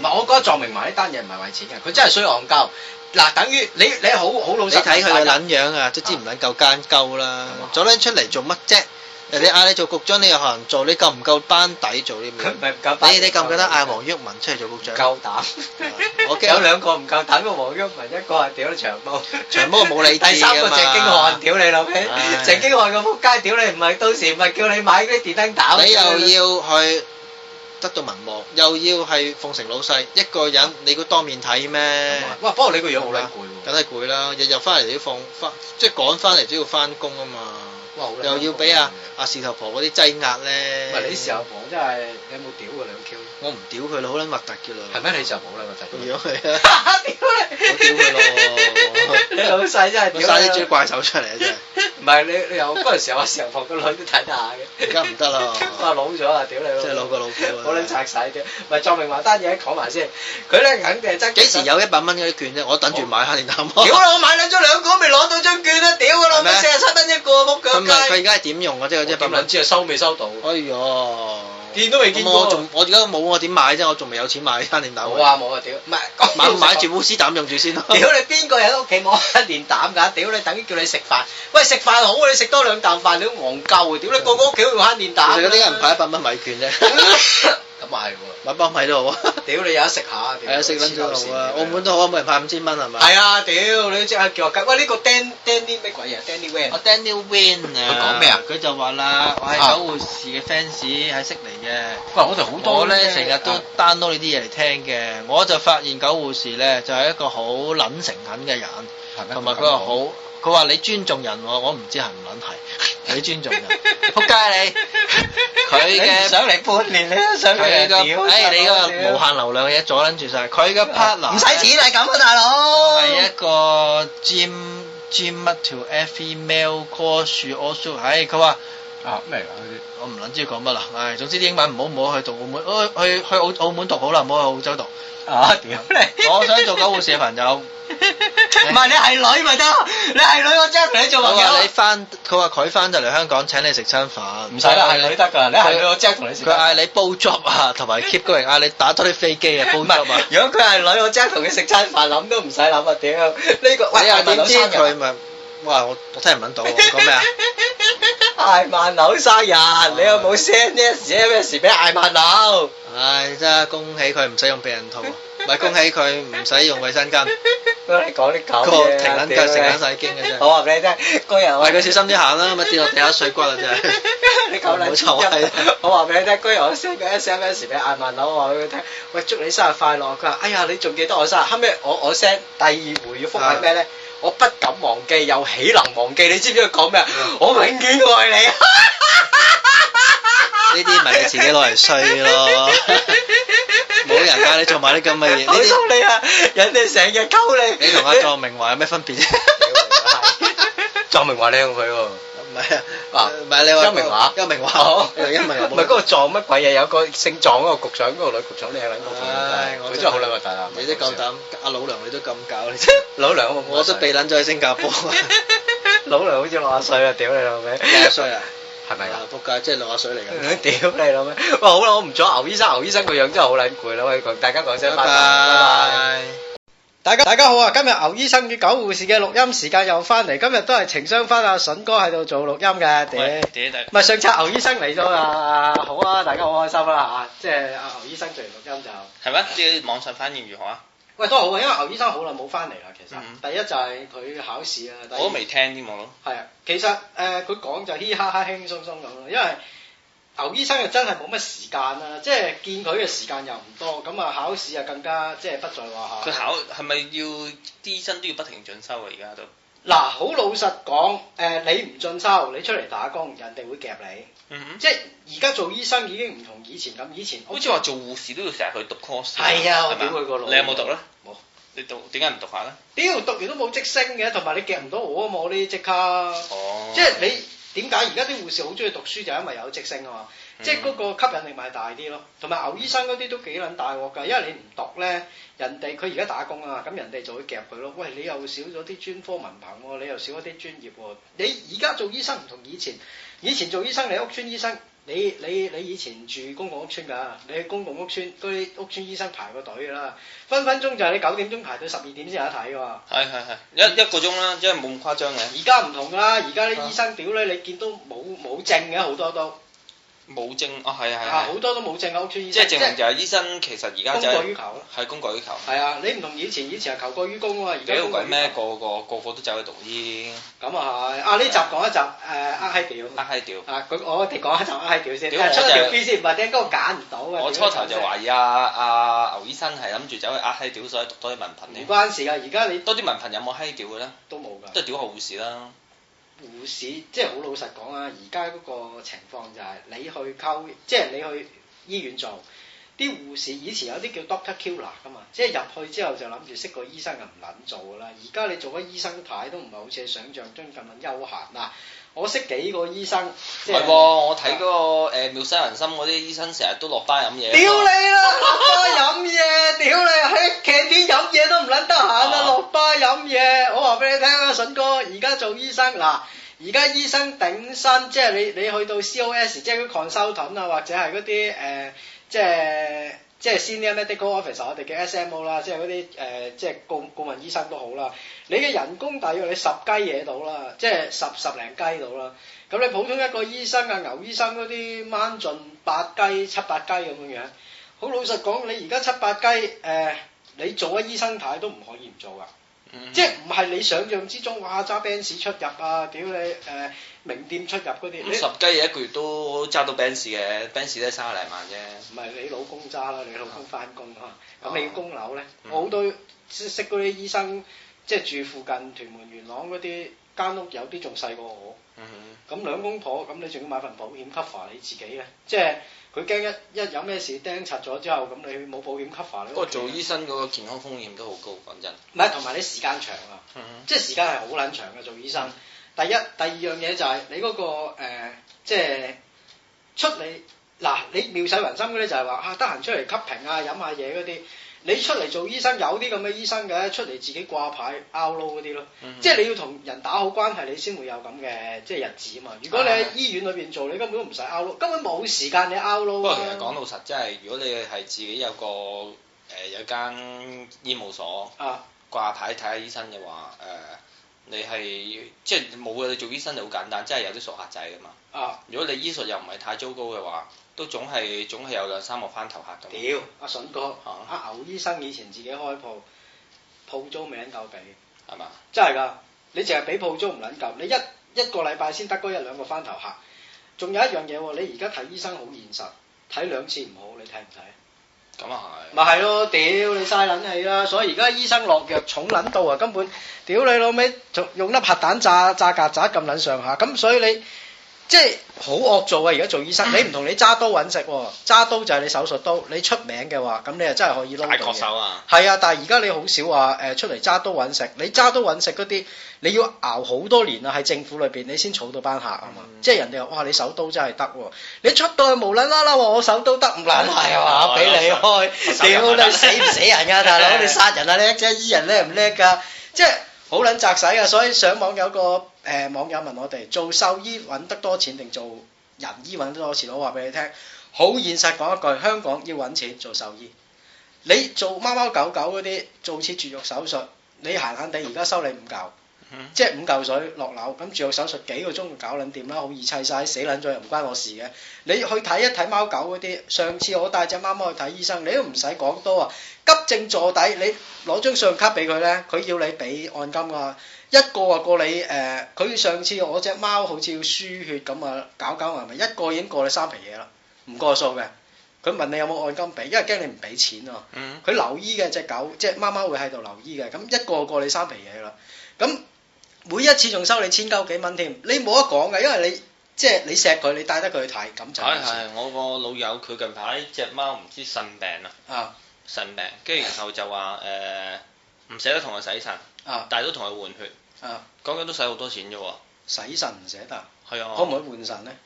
唔係，我覺得撞明埋呢單嘢唔係為錢嘅，佢真係衰戇鳩。嗱，等於你你好好老
你
實，
睇佢個
大家
撚樣啊，都知唔撚夠奸鳩啦
係嘛！
做撚出嚟做乜啫？人哋嗌你做局長，你又行做，你夠唔夠班底做呢啲
佢唔
嘢？
係唔夠膽，
你你夠唔夠得 嗌黃毓民出嚟做局長？
夠膽？
我
有
驚
兩個唔夠膽，一個黃毓民，一個係屌你長毛。
長毛冇 理智㗎嘛
第三個鄭經翰，屌你老味！
唉
鄭經翰個撲街，屌你唔係到時唔係叫你買嗰啲電燈膽。
你又要去得到民望，又要係奉承老細，一個人你估當面睇咩？
哇！啊不過你個樣好撚攰喎。
梗係攰啦，日日翻嚟都要放翻，即係趕翻嚟都要翻工啊嘛，
哇！好撚
又要俾阿阿士頭婆嗰啲擠壓咧。
唔係你時候講真係，你有冇屌過兩 Q？
我唔屌佢啦，好撚核突嘅啦。
係咩？你時候冇啦個仔
個。樣係啊！
屌你！
我屌佢咯
你老細真係
我
屌
生
你
啲
老
豬怪獸出嚟啊！真係，
唔係你你有嗰陣時有阿石油房個女都睇下嘅，
而家唔 得啦
哇老咗啊！屌你老，
真係老過老虎啊
好撚拆晒屌！唔係作明華單嘢講埋先，佢咧肯定係真。
幾時？有一百蚊嗰啲券啫？我等住買慳電膽。
哦屌啦！我買撚咗兩個，未攞到張券啊！屌佢老母，
係咩
四十七蚊一個，仆
佢
佢
唔係佢
街。
而家係點用啊？即係嗰一百
點撚
蚊。
知啊？收未收到？
哎呦，
見都未見過
咁我仲我而家冇我點買啫？我仲未有錢買慳電膽。
冇啊！冇啊！屌，唔係
買買住。烏絲膽用住先咯。
屌你邊個人喺屋企冇一連膽㗎？屌你等於叫你食飯，喂食飯好啊！你食多兩啖飯你都戇鳩啊！屌你個個屋企都用慳連膽。
其實嗰啲人唔派一百蚊米券啫，
咁啊係喎。
買包米都好啊。
屌你有得食下，
係啊，食撚咗好
ờ,
啊！澳門都好，每人派五千蚊係嘛？
係啊，屌你即刻叫我計，喂呢個 Dan Danny 咩鬼嘢？Danny Wan
我 Daniel Win ờ, 啊，
佢講咩啊？
佢就話啦，我係
啊
守護士嘅 fans 喺悉尼嘅。
喂我哋好多
我咧成日
Ờ.
都 download 呢啲嘢嚟聽嘅，我就發現九護士咧就係一個好撚誠懇嘅人，同埋佢話好，佢話你尊重人喎，我唔知係唔撚 係，你尊重人，仆街 你，佢嘅
想嚟半年，你都想
佢
嚟
個，誒你個無限流量嘅嘢阻撚住晒，佢
Ờ.
嘅 partner
唔使錢係咁啊，大佬。
係一個 Jim Jim 乜條 female course also，唉佢話。
啊咩嚟
我唔撚知講乜啦，唉，總之啲英文唔好唔好去讀澳門，哦去去澳澳門讀好啦，唔好去澳洲讀。
㗎？啊屌你！
我想做九護士嘅朋友。
唔係你係女咪得，你係女 我即刻同你做
佢
朋
話你
友。
翻，佢話佢翻就嚟香港請你食餐飯。
唔使啦，係女得㗎，你係女我即刻同你食
佢。嗌你煲 job 啊，同埋 keep going，嗌你打多啲飛機啊，煲
唔係
job 啊。，
如果佢係女，我即刻同佢食餐飯，諗都唔使諗啊！屌呢個，喂
你又
係咪
點
女
知
生日啊
佢咪？哇！我我聽唔撚到喎，講咩啊？
艾曼柳生日，你有冇 send 呢一時 M S 俾艾曼柳？
唉，真係恭喜佢唔使用避孕套啊！ 咪恭喜佢唔使用衛生巾，
你講啲
個
咁嘢，
停撚腳成撚晒經嘅啫。
我話俾你聽，個人
喂，佢小心啲行啦，咪跌落地下碎骨啦 真係。
你咁撚
冇錯係
陰我話俾你聽，居然我 send 個 SMS 俾阿文樓，我話俾佢聽，喂，祝你生日快樂。佢話：哎呀，你仲記得我生日？後尾我我 send 第二回要覆係咩咧？我不敢忘記，又豈能忘記？你知唔知佢講咩啊？我永遠愛你。
呢啲咪你自己攞嚟衰咯，冇人教你做埋啲咁嘅嘢。呢
好心
啲
你啊！人哋成日溝你。
你同阿 莊明華有咩分別啫？
莊明華靚過佢喎。
唔係啊
啊，
唔係你話
邱明華
邱明華
哦，，
你同邱明華
唔係嗰
冇。
個撞乜鬼嘢？有個姓撞嗰個局長，嗰個女局長靚撚過
唉，
佢，
我
佢真係好撚核突啊！
你都夠膽，阿老娘你都咁搞你 真係，
老娘好冇
我都
水
被撚咗去新加坡，
老娘好似六啊歲啦，屌你老味，
廿歲啊，
係咪啊
啊？？仆街，即係六啊水嚟㗎。
屌你老味！喂，好啦，我唔阻牛醫生，牛醫生個樣真係好撚攰啦，喂，大家講聲
拜
拜拜，拜
拜。
大家大家好啊！今日牛醫生與狗護士嘅錄音時間又翻嚟，今日都係情商翻阿筍哥喺度做錄音嘅，屌！
屌大
唔係上次牛醫生嚟咗啦，好啊，大家好開心啦啊嚇，即係阿牛醫生做完錄音就。
係咩？即係網上反應如何啊？
喂，都好啊，因為牛醫生好耐冇翻嚟啦。其實、
嗯
第一就係佢考試啊，第
我
二
都未聽添我咯。
係啊。其實誒，呃佢、講就嘻哈哈、輕鬆鬆咁咯，因為牛醫生就真係冇乜時間啦，即係見佢嘅時間又唔多，咁啊考試啊更加即係不在話下。
佢考係咪要啲醫生都要不停進修啊？而家都
嗱，好老實講，誒、你唔進修，你出嚟打工，人哋會夾你。
嗯
即係而家做醫生已經唔同以前咁，以前
哼，好似話做護士都要成日去讀 course。
係啊我
係嘛
屌佢個腦
你有冇讀咧？
冇。
你讀點解唔讀下咧？
屌讀完都冇職升嘅，同埋你夾唔到我啊嘛，我呢即刻。
哦
即係你點解而家啲護士好中意讀書，就因為有職升啊嘛，
嗯
即係嗰個吸引力咪大啲咯。同埋牛醫生嗰啲都幾撚大鑊㗎，因為你唔讀咧，人哋佢而家打工啊，咁人哋就會夾佢咯。喂，你又少咗啲專科文憑喎，你又少咗啲專業喎。你而家做醫生唔同以前，以前做醫生你屋村醫生。你你你以前住公共屋村㗎，你去公共屋村嗰啲屋村醫生排個隊㗎啦，分分鐘就係你九點鐘排到十二點先有得睇㗎喎。
係係係一一個鐘啦，即係冇咁誇張嘅。
而家唔同㗎啦，而家
啊
啲醫生屌咧，你見到冇冇證嘅好多都。
冇證哦，係啊係
啊，
啊
好多都冇證啊，屋村醫生，
係，即係證明就係醫生其實而家
供
就
過
係
於求咯。
係供過於求。
係啊，你唔同以前，以前係求過於供啊嘛，而家
屌
供過
鬼
於
咩？
求？
個個個個都走去讀醫，
咁啊係，啊呢集講一集誒呃閪屌
呃閪屌！
啊，佢我哋講一集呃閪屌先，
屌我
出
就
條片先，唔係點解我揀唔到嘅？
我初頭就懷疑阿阿牛醫生係諗住走去呃閪屌，所以讀多啲文憑
唔
添。
關事㗎，而家你
多啲文憑有冇閪屌嘅咧？
都冇㗎。
都係屌下護士啦。
護士即係好老實講啊，而家嗰個情況就係你去溝，即係你去醫院做。啲護士以前有啲叫 doctor killer 噶嘛，即係入去之後就諗住識個醫生就唔撚做噶啦。而家你做咗醫生太都唔係好似你想象中咁撚休閒嗱。我識幾個醫生，
唔
即
係啊
係
喎，我睇嗰個誒《妙手仁心》嗰啲醫生成日都落班飲嘢。
屌你啦！落巴飲嘢，屌你喺劇店飲嘢都唔撚得閒啦！落巴飲嘢，我話俾你聽啊，筍哥，而家做醫生嗱，而家醫生頂薪，即係你你去到 COS，即係嗰啲 consultant 啊，或者係嗰啲誒，即係即係 senior medical officer，我哋嘅 SMO 啦，即係嗰啲誒，即係顧顧問醫生都好啦。你嘅人工大約你十雞嘢到啦，即係十十零雞到啦。咁你普通一個醫生啊，牛醫生嗰啲掹盡八雞七八雞咁樣樣，好老實講，你而家七八雞誒、你做咗醫生太都唔可以唔做噶，
嗯！
即係唔係你想象之中哇揸 Benz 出入啊，屌你誒、名店出入嗰啲，你
咁嗯十雞嘢一個月都揸到 Benz 嘅，Benz 都係三十零萬啫。
唔係你老公揸啦，你老公翻工啊，咁你
哦
供樓咧，
嗯
我好多識識嗰啲醫生，即係住附近屯門元朗嗰啲間屋，有啲仲細過我。
嗯
咁兩公婆，咁你仲要買份保險 cover 你自己嘅，即係佢驚一一有咩事釘柒咗之後，咁你冇保險 cover 你屋企。
不過做醫生嗰個健康風險都好高，講真。
唔係，同埋你時間長啊，
嗯
即係時間係好撚長嘅做醫生。第一、第二樣嘢就係你嗰、個、呃、即係出嚟嗱，你妙手仁心嗰啲就係話啊，得閒出嚟吸評啊，飲下嘢嗰啲。你出嚟做醫生有啲咁嘅醫生嘅，出嚟自己掛牌 out 撈嗰啲咯。
嗯
即係你要同人打好關係，你先會有咁嘅即係日子啊嘛。如果你喺醫院裏邊做，你根本都唔使 out 撈，根本冇時間你 out
不
撈
過其實
啊。
講老實，真係如果你係自己有個誒有間醫務所
啊，
掛牌睇下醫生嘅話，誒你係即係冇嘅，你做醫生就好簡單，真係有啲傻客仔噶嘛。
啊，
如果你醫術又唔係太糟糕嘅話，都總係總係有兩三個翻頭客咁。
屌，阿筍哥，
嚇
阿牛醫生以前自己開鋪，鋪租名夠俾，
係嘛？
真係㗎。你淨係俾鋪租唔撚夠，你一一個禮拜先得嗰一兩個翻頭客。仲有一樣嘢喎，你而家睇醫生好現實，睇兩次唔好，你睇唔睇？
咁啊係。
咪係咯，屌你嘥撚氣啦！所以而家醫生落藥重撚到啊，根本屌你老味，仲用粒核彈炸炸曱甴咁撚上下，咁所以你即係好惡做啊！而家做醫生，你唔同你揸刀揾食喎，揸刀就係你手術刀，你出名嘅話，咁你又真係可以撈
大
到
角
嘢。
手啊！
係啊，但係而家你好少話誒、出嚟揸刀揾食，你揸刀揾食嗰啲，你要熬好多年啊，喺政府裏邊你先儲到班客啊嘛，即係人哋話哇你手刀真係得喎，你出到去無撚啦啦話我手刀得唔撚係啊嘛，俾你開。屌你死唔死
à,
人噶大佬，你殺人啊叻啫，醫人叻唔叻噶？即係好撚擲使啊！所以上網有個誒、呃、網友問我哋，做獸醫揾得多錢定做人醫揾得多錢？我話俾你聽，好現實講一句，香港要揾錢做獸醫。你做貓貓狗狗嗰啲做次絕育手術，你閒閒地而家收你五嚿，
嗯
即係五嚿水落樓，咁絕育手術幾個鐘就搞撚掂啦，好易砌晒，死撚咗又唔關我事嘅。你去睇一睇貓狗嗰啲，上次我帶只貓貓去睇醫生，你都唔使講多啊，急症坐底，你攞張信用卡俾佢咧，佢要你俾按金啊，一個啊過你誒，佢、上次我只貓好似要輸血咁啊，搞搞埋埋一個已經過你三皮嘢啦，唔過數嘅。佢問你有冇按金俾，因為驚你唔俾錢啊。
嗯
佢留醫嘅只狗，即係貓貓會喺度留醫嘅，咁一個過你三皮嘢啦。咁每一次仲收你千鳩幾蚊添，你冇得講嘅，因為你即係你錫佢，你帶得佢去睇，咁就
係
冇事
係，我個老友佢近排只貓唔知腎病啊，
啊
腎病，跟住然後就話誒唔捨得同佢洗腎，
啊
但係都同佢換血，
啊！
講緊都使好多錢啫喎。
洗腎唔捨得，
係啊，
可唔可以換腎咧？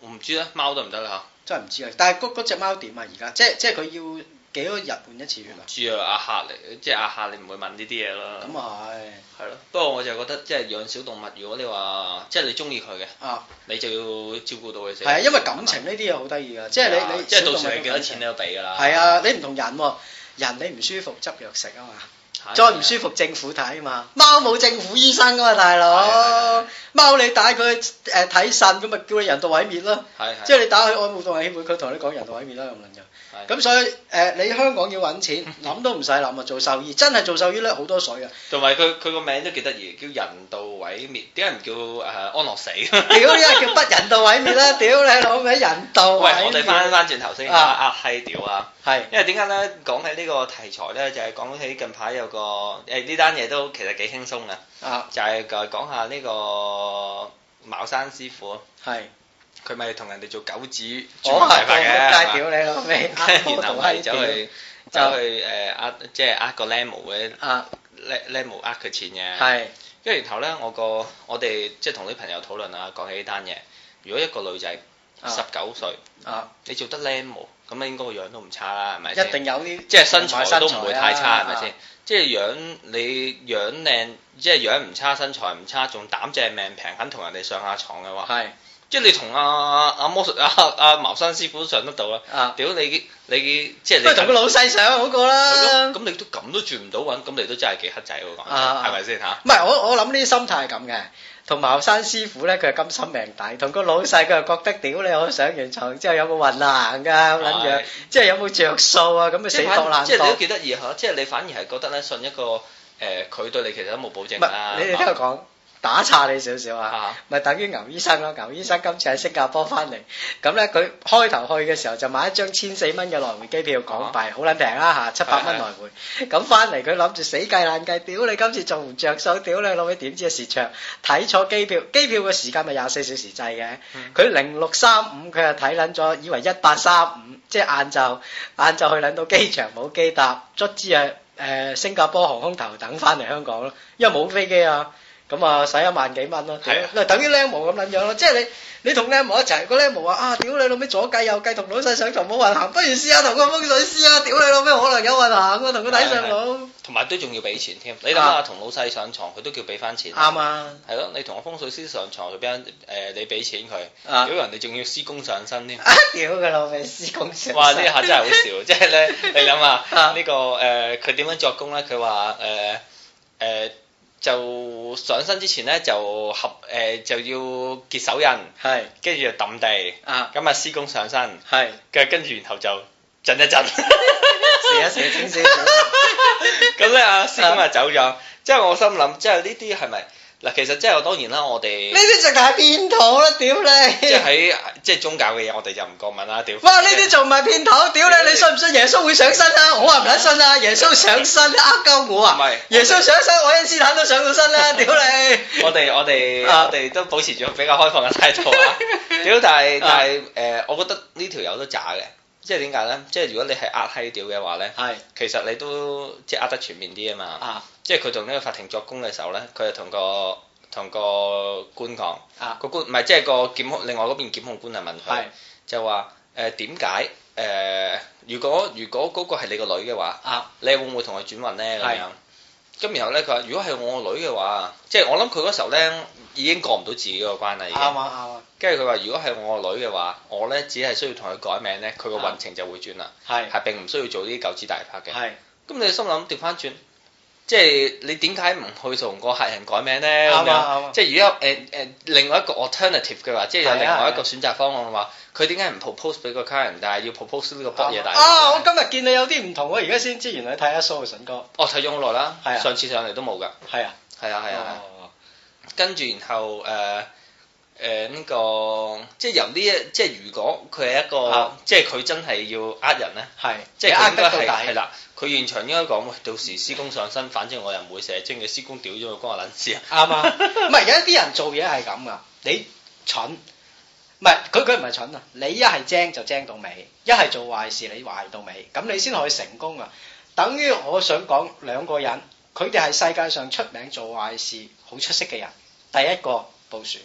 我唔知咧，貓得唔得啦
真
嚇？
係唔知啊！但係嗰嗰只貓點啊？而家即係即係佢要幾多日換一次血
唔
啊？
知啊，阿客嚟，即係阿客，你唔會問呢啲嘢啦。
咁啊係
係咯，不過我就覺得即係養小動物，如果你話即係你中意佢嘅，
啊，
你就要照顧到佢死。
係啊，因為感情呢啲嘢好得意噶，即係
係啊
你你
即係
小
到
動物
時你幾
嘅
多
感情
錢你都俾㗎啦。
係啊，你唔同人喎，人你唔舒服執藥食啊嘛。
係，
再唔舒服政府睇啊嘛，貓冇政府醫生噶嘛，大佬啊
係係係，啊
貓你帶佢誒睇腎咁咪叫你人道毀滅咯，
係係
即係你打去愛護動物協會，佢同你講人道毀滅啦咁
係
撚樣。咁所以誒、呃你香港要揾 錢，諗都唔使諗啊，做獸醫真係做獸醫咧好多水 啊！
同埋佢佢個名都幾得意，叫人道毀滅，點解唔叫誒安樂死？
屌你係叫不人道毀滅啦，屌你老味人道
喂，
毀滅。
我哋翻翻轉頭先，
哦啊
阿阿閪屌啊！
係
因為點解咧？講起呢個題材咧，就係講起近排有個誒呢單嘢都其實幾輕鬆嘅，
啊
就係講講下呢個茅山師傅，啊
係，
佢咪同人哋做九指
我
轉大法嘅，係
係
嘛
屌你老味，
跟
我
住然後
同
咪
閪
走
屌
去走去誒呃，即係呃個 lemo 嘅
啊
lemo 呃佢錢嘅。
係
跟住然後咧，我個我哋即係同啲朋友討論啊，講起呢單嘢。如果一個女仔
啊
十九歲，
啊，
你做得 lemo，咁你應該個樣都唔差啦，係咪先
一？定有啲
即係身材都唔會太差，係
啊
咪先？？即係樣你樣靚，即係樣唔差，身材唔差，仲膽正命平，肯同人哋上下床嘅話，
係
即係你同阿阿魔術阿阿茅山師傅上得到啦。
啊。
屌你你即係你
不如同個老細上好過啦。
咁你都咁都轉唔到揾，咁你都真係幾黑仔喎，講真
啊
係咪先嚇？
唔係，我我諗呢啲心態係咁嘅。同茅山師傅咧，佢係甘心命大；同個老細，佢又覺得屌你，我上完床之後有冇運行㗎咁撚樣
係，
即係有冇着數啊？咁咪死
即係
當爛
反即係你都
當。
幾得意嚇，啊即係你反而係覺得咧信一個誒，佢對你其實都冇啊保證
唔
啦
係，。你哋聽我講，打岔你少少啊。
嚇
咪等於牛醫生咯，牛醫生今次喺新加坡翻嚟，咁咧佢開頭去嘅時候就買一張千四蚊嘅來回機票港幣，好撚平啦嚇，七百蚊來回。咁翻嚟佢諗住死計爛計，屌你今次仲唔着數，屌你老味點知蝕場？睇錯機票，機票嘅時間咪廿四小時制嘅
嗯，
佢零六三五佢又睇撚咗，以為一八三五，即係晏晝晏晝去撚到機場冇機搭，卒之係誒新加坡航空頭等翻嚟香港咯，因為冇飛機啊。咁啊，使一萬幾蚊咯，屌
係啊
嗱，等於 Lemo 咁撚樣咯，即係你你同 Lemo 一齊，個 Lemo 話啊，屌你老味左計右計，同老細上床冇運行，不如試下同個風水師啊，屌你老味可能有運行喎，同佢睇上腦，
同埋都仲要俾錢添。你諗下，同老細上床，佢都叫俾翻錢。
啱啊，
係咯，你同個風水師上床，佢俾人誒你俾錢佢，
啊
如果人哋仲要施工上身添。
啊屌佢老味，施工上
哇！呢下真係好笑，即係咧，你諗下呃
啊
呢個誒，佢點樣作工咧？佢話誒誒呃就上身之前咧就合誒、呃就要結手印，
係
跟住就揼地，
啊，
咁啊施工上身，
係
跟跟住然後就震一震，
射一射清死 佢，
咁咧阿施工就走咗，即係我心諗，即係呢啲係咪嗱？其實即係當然啦，我
呢
哋
啲直頭係騙徒啦，屌
即
你
係！喺即係宗教嘅嘢，我哋就唔過問啦，屌！
哇！呢啲仲唔係騙徒？屌你！你信唔信耶穌會上身啊？我話唔撚信啊！耶穌上身呃鳩 我啊！
唔係
耶穌上身，愛因斯坦都上到身啦！屌你！
我哋我哋
啊
我哋都保持住比較開放嘅態度 啊！屌，但係
啊
但係誒、呃我覺得呢條友都渣嘅，即係點解咧？即係如果你係呃閪屌嘅話咧，
係
其實你都即係呃得全面啲啊嘛！
啊
即係佢同呢個法庭作供嘅時候咧，佢就同個同個官講，
啊
個官唔係即係個檢控，另外嗰邊檢控官係問佢
係，
就話誒點解誒如果如果嗰個係你個女嘅話，
啊
你會唔會同佢轉運咧咁
係
樣？咁然後咧，佢話如果係我個女嘅話，即係我諗佢嗰時候咧已經過唔到自己嗰個關啦，已
啱啊啱
經。
啊！
跟住佢話如果係我個女嘅話，我咧只係需要同佢改名咧，佢個運程就會轉啦，
係
係並唔需要做呢啲九子大法嘅。
係
咁你心諗調翻轉，即係你點解唔去同個客人改名咧？咁
啱
樣
啊啱啊！
即係如果誒誒另外一個 alternative 嘅話，即係有
係啊
另外一
係
個
啊
選擇方案嘅話，佢點解唔 propose 俾個客人，但係要 propose 呢個
啊
博嘢大？
啊！我今日見你有啲唔同，我而家先知原來你睇阿蘇啊，神哥
我哦睇咗好耐啦
係，啊
上次上嚟都冇㗎，
係啊
係啊係啊。係啊
哦
跟住然後誒誒呢個即係由呢一即係如果佢係一個、
啊
即係佢真係要呃人咧，
係
即係
你呃
佢應
得
該
到
係
底
係啦，佢現場應該講喂，到時施工上身，反正我又唔會射精嘅，施工屌咗佢關我撚事啊！
啱啊！唔係而家啲人做嘢係咁噶，你蠢，唔係佢佢唔係蠢啊！你一係精就精到尾，一係做壞事你壞到尾，咁你先可以成功啊！等於我想講兩個人，佢哋係世界上出名做壞事好出色嘅人。第一個布殊，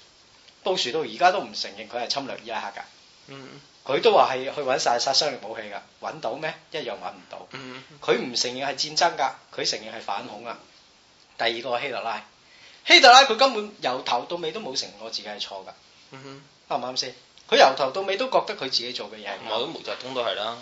布殊到而家都唔承認佢係侵略伊拉克㗎。
嗯
佢都話係去揾晒殺傷力武器㗎，揾到咩？一樣揾唔到。
嗯
佢唔承認係戰爭㗎，佢承認係反恐啊。第二個係希特拉，希特拉佢根本由頭到尾都冇承認過自己係錯㗎，
嗯，
啱唔啱先？佢由頭到尾都覺得佢自己做嘅嘢係啊
我
啱。
都毛澤東都係啦，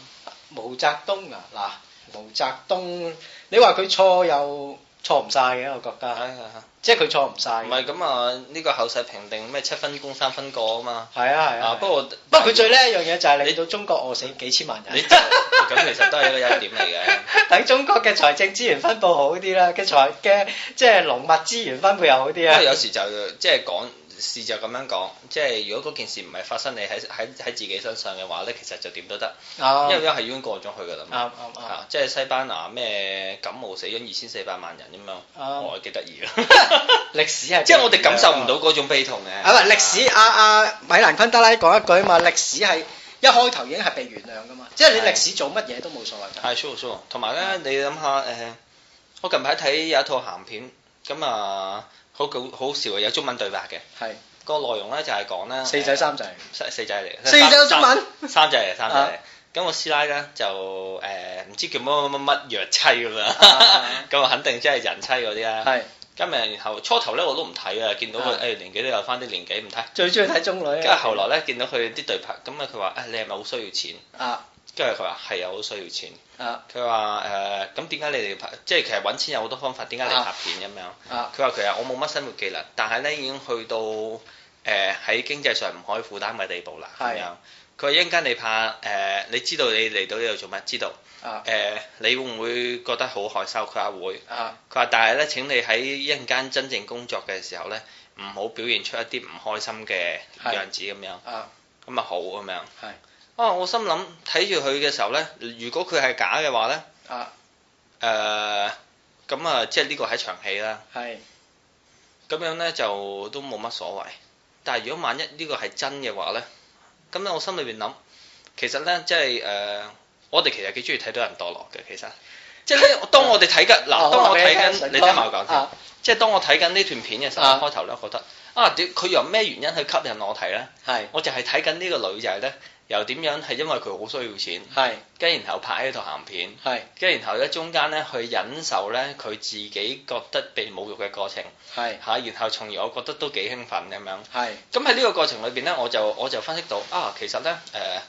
毛澤東啊，嗱，毛澤東，你話佢錯又錯唔晒嘅，我覺
係
得，
係係。
即係佢錯唔晒
唔
嘅。
係咁啊！呢個後世評定咩七分工三分過啊嘛。
係啊係
啊，
啊，
不過
不過佢最叻一樣嘢就係
你
令到中國餓死幾千萬人
你。 咁其實都係一個優點嚟 嘅。
等中國嘅財政資源分佈好啲啦，嘅財嘅即係農物資源分配又好啲
因為有
啊。
時就即係講事就咁樣講，即係如果嗰件事唔係發生你喺喺喺自己身上嘅話咧，其實就點都得，因為
啱
因為係已經過咗去㗎啦嘛。
啱啱啱
啊！即係西班牙咩感冒死咗二千四百萬人咁樣，
啱
我幾得意啊！
歷史係
即係我哋感受唔到。嗰種悲痛嘅。
啊，唔係歷史，阿阿米蘭昆德拉講一句啊嘛，歷史係一開頭已經係被原諒噶嘛，即係你
係
歷史做乜嘢都冇所謂㗎。
係 sure sure，同埋
啊
咧，你諗下誒，我近排睇有一套鹹片，咁啊好好好笑嘅，有中文對白嘅。
係
個內容咧就係講咧
四仔三仔，
四四仔嚟，
四仔有中文
三三仔嚟，三仔
啊
嚟。咁我師奶咧就誒呃唔、知叫乜乜乜乜弱妻咁樣
啊，
咁啊肯定即係人妻嗰啲啦。
係
咁誒，然後初頭咧我都唔睇啊，見到佢誒、
啊
年紀都有翻啲年紀唔睇。
最中意睇中女
跟
啊。
住後來咧見到佢啲對白，咁啊佢話誒你係咪好需要錢？
啊
跟住佢話係啊，好需要錢。
啊
佢話誒咁點解你哋拍？即係其實揾錢有好多方法，點解你拍片咁樣？
啊
佢話其實我冇乜生活技能，但係咧已經去到呃誒喺、經濟上唔可以負擔嘅地步啦。咁
係
樣，佢話一陣間你怕誒、呃你知道你嚟到呢度做乜？知道誒、
啊
呃你會唔會覺得好害羞？佢話會。
啊
佢話但係咧，請你喺一陣間真正工作嘅時候咧，唔好表現出一啲唔開心嘅
係
樣子咁樣。
啊
咁啊好咁樣。
係
啊，我心諗睇住佢嘅時候咧，如果佢係假嘅話咧，
啊
誒咁啊，即係呢個係一場戲啦。
係
咁樣咧就都冇乜所謂。但係如果萬一呢個係真嘅話咧，咁咧我心裏邊諗，其實咧即係誒、呃我哋其實幾中意睇到人墮落嘅，其實即係咧，當我哋睇緊嗱，哦當我睇緊，你聽埋我講先，
啊
即係當我睇緊呢段片嘅時候，
啊
開頭咧我覺得啊，屌佢由咩原因去吸引我睇咧？
係
我就係睇緊呢個女仔咧，由點樣係因為佢好需要錢，
係
跟住然後拍呢套鹹片，
係
跟住然後咧中間咧去忍受咧佢自己覺得被侮辱嘅過程。
係
嚇，然後從而我覺得都幾興奮咁樣。
係
咁喺呢個過程裏邊咧，我就我就分析到啊，其實咧誒、呃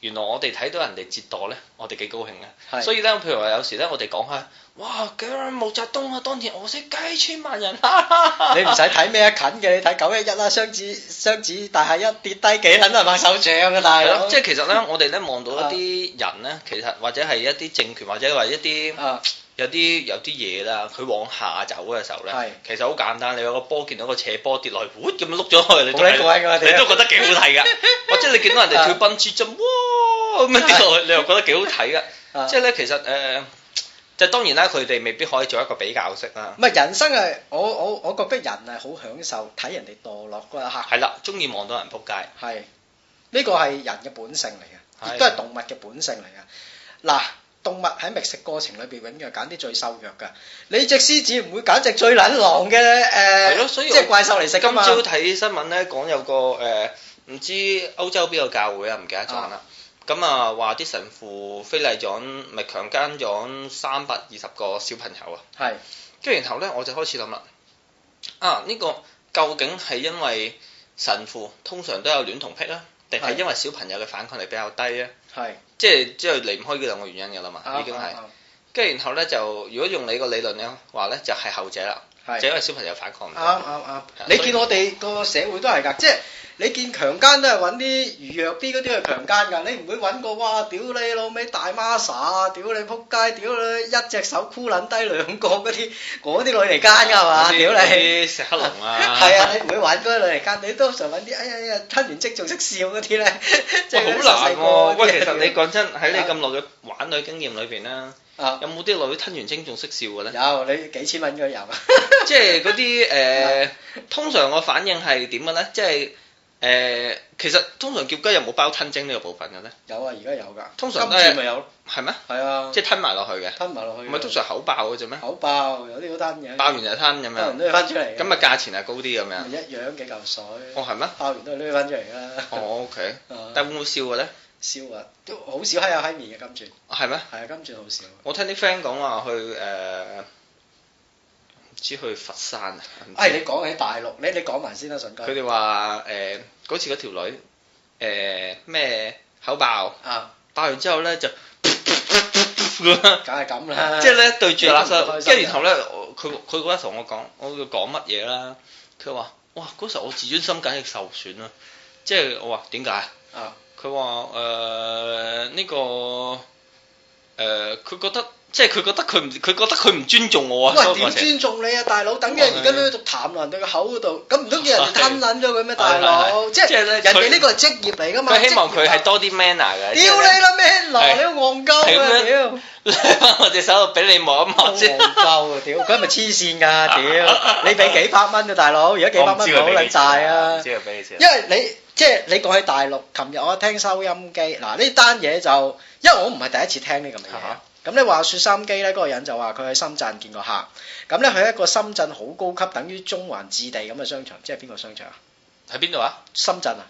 原來我哋睇到人哋折墮咧，我哋幾高興嘅。
係
所以咧，譬如話有時咧，我哋講下，哇！嘅毛澤東啊，當年我識幾千萬人，哈哈哈
你唔使睇咩近嘅，你睇九一一啦，雙子雙子大廈一跌低幾撚都係啊拍手掌嘅大
係咯
佬，，
即係其實咧，我哋咧望到一啲人咧，其實或者係一啲政權，或者話一啲
啊
有啲有啲嘢啦，佢往下走嘅時候
係
咧，其實好簡單。你有個波見到個斜波跌落去，噗咁樣碌咗去，你都
好叻啊過
係
位㗎
你都覺得幾好睇㗎。 或者你見到人哋跳蹦珠針，哇咁樣跌落去， 你又覺得幾好睇㗎。
啊
即係咧，其實誒，就當然啦，佢哋未必可以做一個比較式啦。
唔係人生係我我我覺得人係好享受睇人哋墮落嗰一刻，
係啦，中意望到人仆街，
係呢個係人嘅本性嚟嘅，亦
係
都係動物嘅本性嚟嘅。嗱，動物喺覓食過程裏邊永遠係揀啲最瘦弱嘅，你只獅子唔會揀只最撚狼嘅
係咯，
誒，
所以
即係
我
怪獸嚟食
今
㗎嘛。
朝睇新聞咧，講有個誒唔知歐洲邊個教會啊，唔記得咗啦。咁啊，話啲神父非禮咗，咪強姦咗三百二十個小朋友啊！
係
跟住然後咧，我就開始諗啦，啊呢、個究竟係因為神父通常都有戀童癖啦，定係
係
因為小朋友嘅反抗力比較低咧？
係
即係即係離唔開呢兩個原因㗎啦嘛，已經係
啱。
跟住然後咧，就如果用你個理論咧話咧，就係後者啦，
係
就因為小朋友反抗唔
啱
到。
啱啱，
所
你
以
見我哋個社會都係㗎，即係你見強姦都係揾啲愚弱啲嗰啲去強姦㗎，你唔會揾個哇屌你老味大孖沙，屌你仆街，屌你一隻手箍撚低兩個 嗰啲嗰啲女嚟奸㗎係嘛，
嗰啲
啊屌
嗰
你！
啲石黑龍 啊，
係啊，你唔會玩嗰啲女嚟奸，你都常揾啲哎呀哎呀吞完即仲識笑嗰啲咧，即
哇
係嗰啲細細
好難
個嗰啲
喎、喂，其實你講真，喺你咁耐嘅玩女經驗裏邊咧，
啊
有冇啲女吞完精仲識笑 嘅咧？
有你幾千蚊應該有啊，
即係嗰 啲
啊
誒，通常個反應係點嘅咧？即係誒、呃其實通常叫雞有冇包吞精呢個部分嘅咧？
有啊，而家有㗎，
通常都
今
係
次咪有，
係咩？
係啊，
即係吞埋落去嘅，
吞埋落去
唔
㗎，
係通常口爆嘅啫咩？
口爆有啲好吞嘅，
爆完就吞咁
包完
樣，
都要翻出嚟嘅，
咁啊價錢係高啲咁樣。
咪一樣幾嚿水，
哦係咩？
爆完都係攞翻出嚟㗎啦。
哦 OK，
啊
但會唔會笑嘅咧？
燒啊，都好少閪有閪面嘅金鑽，
係咩？
係啊，金鑽好少。
我聽啲 friend 講話去誒，呃唔知去佛山啊，唔知
哎，你講起大陸，你你講埋先啦，順哥。
佢哋話誒嗰次嗰條女 Ờ, 誒咩口爆，
啊，
爆完之後咧就咁樣
梗係咁 啦。
即係咧對住垃
你都唔開
圾，
心
跟住然後咧，我佢佢嗰日同我講，我要講乜嘢啦？佢話：哇，嗰時候我自尊心簡直受損啦！即係我話點解？
啊，
佢話誒呢個誒，呃佢、覺得即係佢覺得佢唔佢覺得佢唔尊重我啊！所
喂，
以
點
我成日
尊重你啊，大佬？等嘅而家都要痰淋到個口嗰度，咁唔通叫人哋吞撚咗佢咩，大佬？
係係係
即係
即係咧
人哋
佢
呢個係職業嚟㗎嘛。
佢希望佢係
職業啊
多啲 manner 嘅。
屌你啦咩狼，你
係
個戇鳩
係咁
啊！
樣
屌，
你！ 我隻手度俾你摸一摸先。
戇鳩啊！屌，佢係咪黐線㗎？屌，你俾幾百蚊啊，大佬？而家幾百
我唔
蚊
知
咪
佢
好
俾
撚
幾錢
曬啊！
知佢俾你錢。
因為你即係你講喺大陸，琴日我聽收音機，嗱呢單嘢就，因為我唔係第一次聽呢咁嘅嘢
啊。
咁咧話説收音機咧，嗰、個人就話佢喺深圳見過客，咁咧佢喺一個深圳好高級，等於中環置地咁嘅商場，即係邊個商場啊？
喺邊度啊？
深圳啊，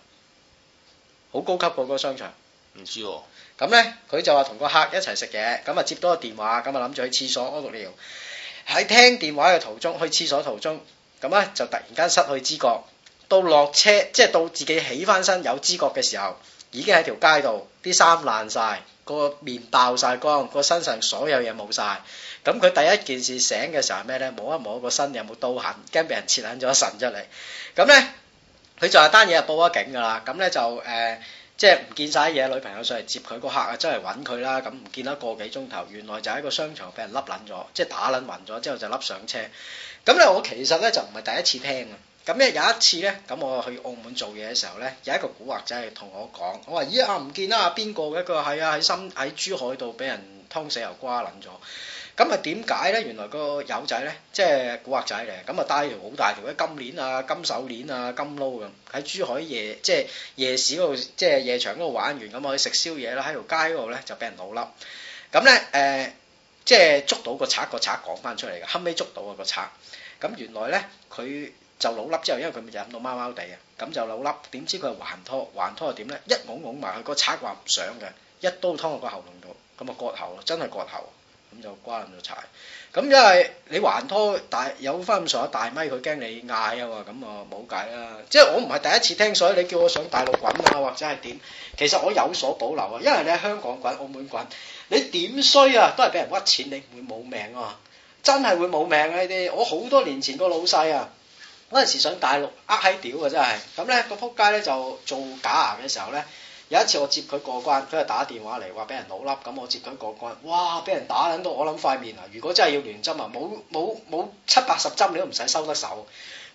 好高級嗰個商場。
唔知喎。
咁咧，佢就話同個客一齊食嘢，咁啊接到個電話，咁啊諗住去廁所屙督尿。喺聽電話嘅途中，去廁所途中，咁咧就突然間失去知覺。到落車，即係到自己起翻身有知覺嘅時候，已經喺條街度，啲衫爛晒，個面爆晒光，個身上所有嘢冇晒。咁佢第一件事醒嘅時候係咩咧？摸一摸個身有冇刀痕，驚俾人切撚咗一神出嚟。咁咧，佢就係單嘢就報咗警㗎啦。咁咧就誒。即係唔見晒嘢，女朋友上嚟接佢，個客啊真係揾佢啦，咁唔見咗個幾鐘頭，原來就喺個商場俾人笠撚咗，即係打撚暈咗之後就笠上車。咁咧我其實咧就唔係第一次聽啊。咁咧有一次咧，咁我去澳門做嘢嘅時候咧，有一個古惑仔同我講，我話咦啊唔見啦啊邊個嘅？佢話係啊喺深喺珠海度俾人劏死又瓜撚咗。咁啊點解咧？原來個友仔咧，即係古惑仔嚟，咁啊戴條好大條嘅金鏈啊、金手鏈啊、金撈咁，喺珠海夜即係。夜市嗰度，即係夜場嗰度玩完，咁我去食宵夜啦，喺條街嗰度咧就俾人老笠。咁咧誒，即係捉到個賊，個賊講翻出嚟嘅，後尾捉到啊個賊。咁原來咧佢就老笠之後，因為佢咪就飲到貓貓地啊，咁就老笠。點知佢係還拖，還拖又點咧？一拱拱埋去，個賊話唔想嘅，一刀劏落個喉嚨度，咁啊割喉咯，真係割喉，唔咁就瓜撚咗柴。咁因為你還拖大有翻咁上下大咪，佢驚你嗌啊嘛，咁啊冇計啦。即係我唔係第一次聽，所以你叫我上大陸滾啊，或者係點？其實我有所保留啊，因為你喺香港滾、澳門滾，你點衰啊，都係俾人屈錢，你會冇命啊！真係會冇命啊！呢啲我好多年前個老細啊，嗰陣時上大陸呃閪屌啊真係，咁咧個撲街咧就做假牙嘅時候咧。有一次我接佢過關，佢就打電話嚟話俾人老笠，咁我接佢過關，哇！俾人打撚到我諗塊面啊！如果真係要亂針啊，冇冇冇七八十針你都唔使收得手。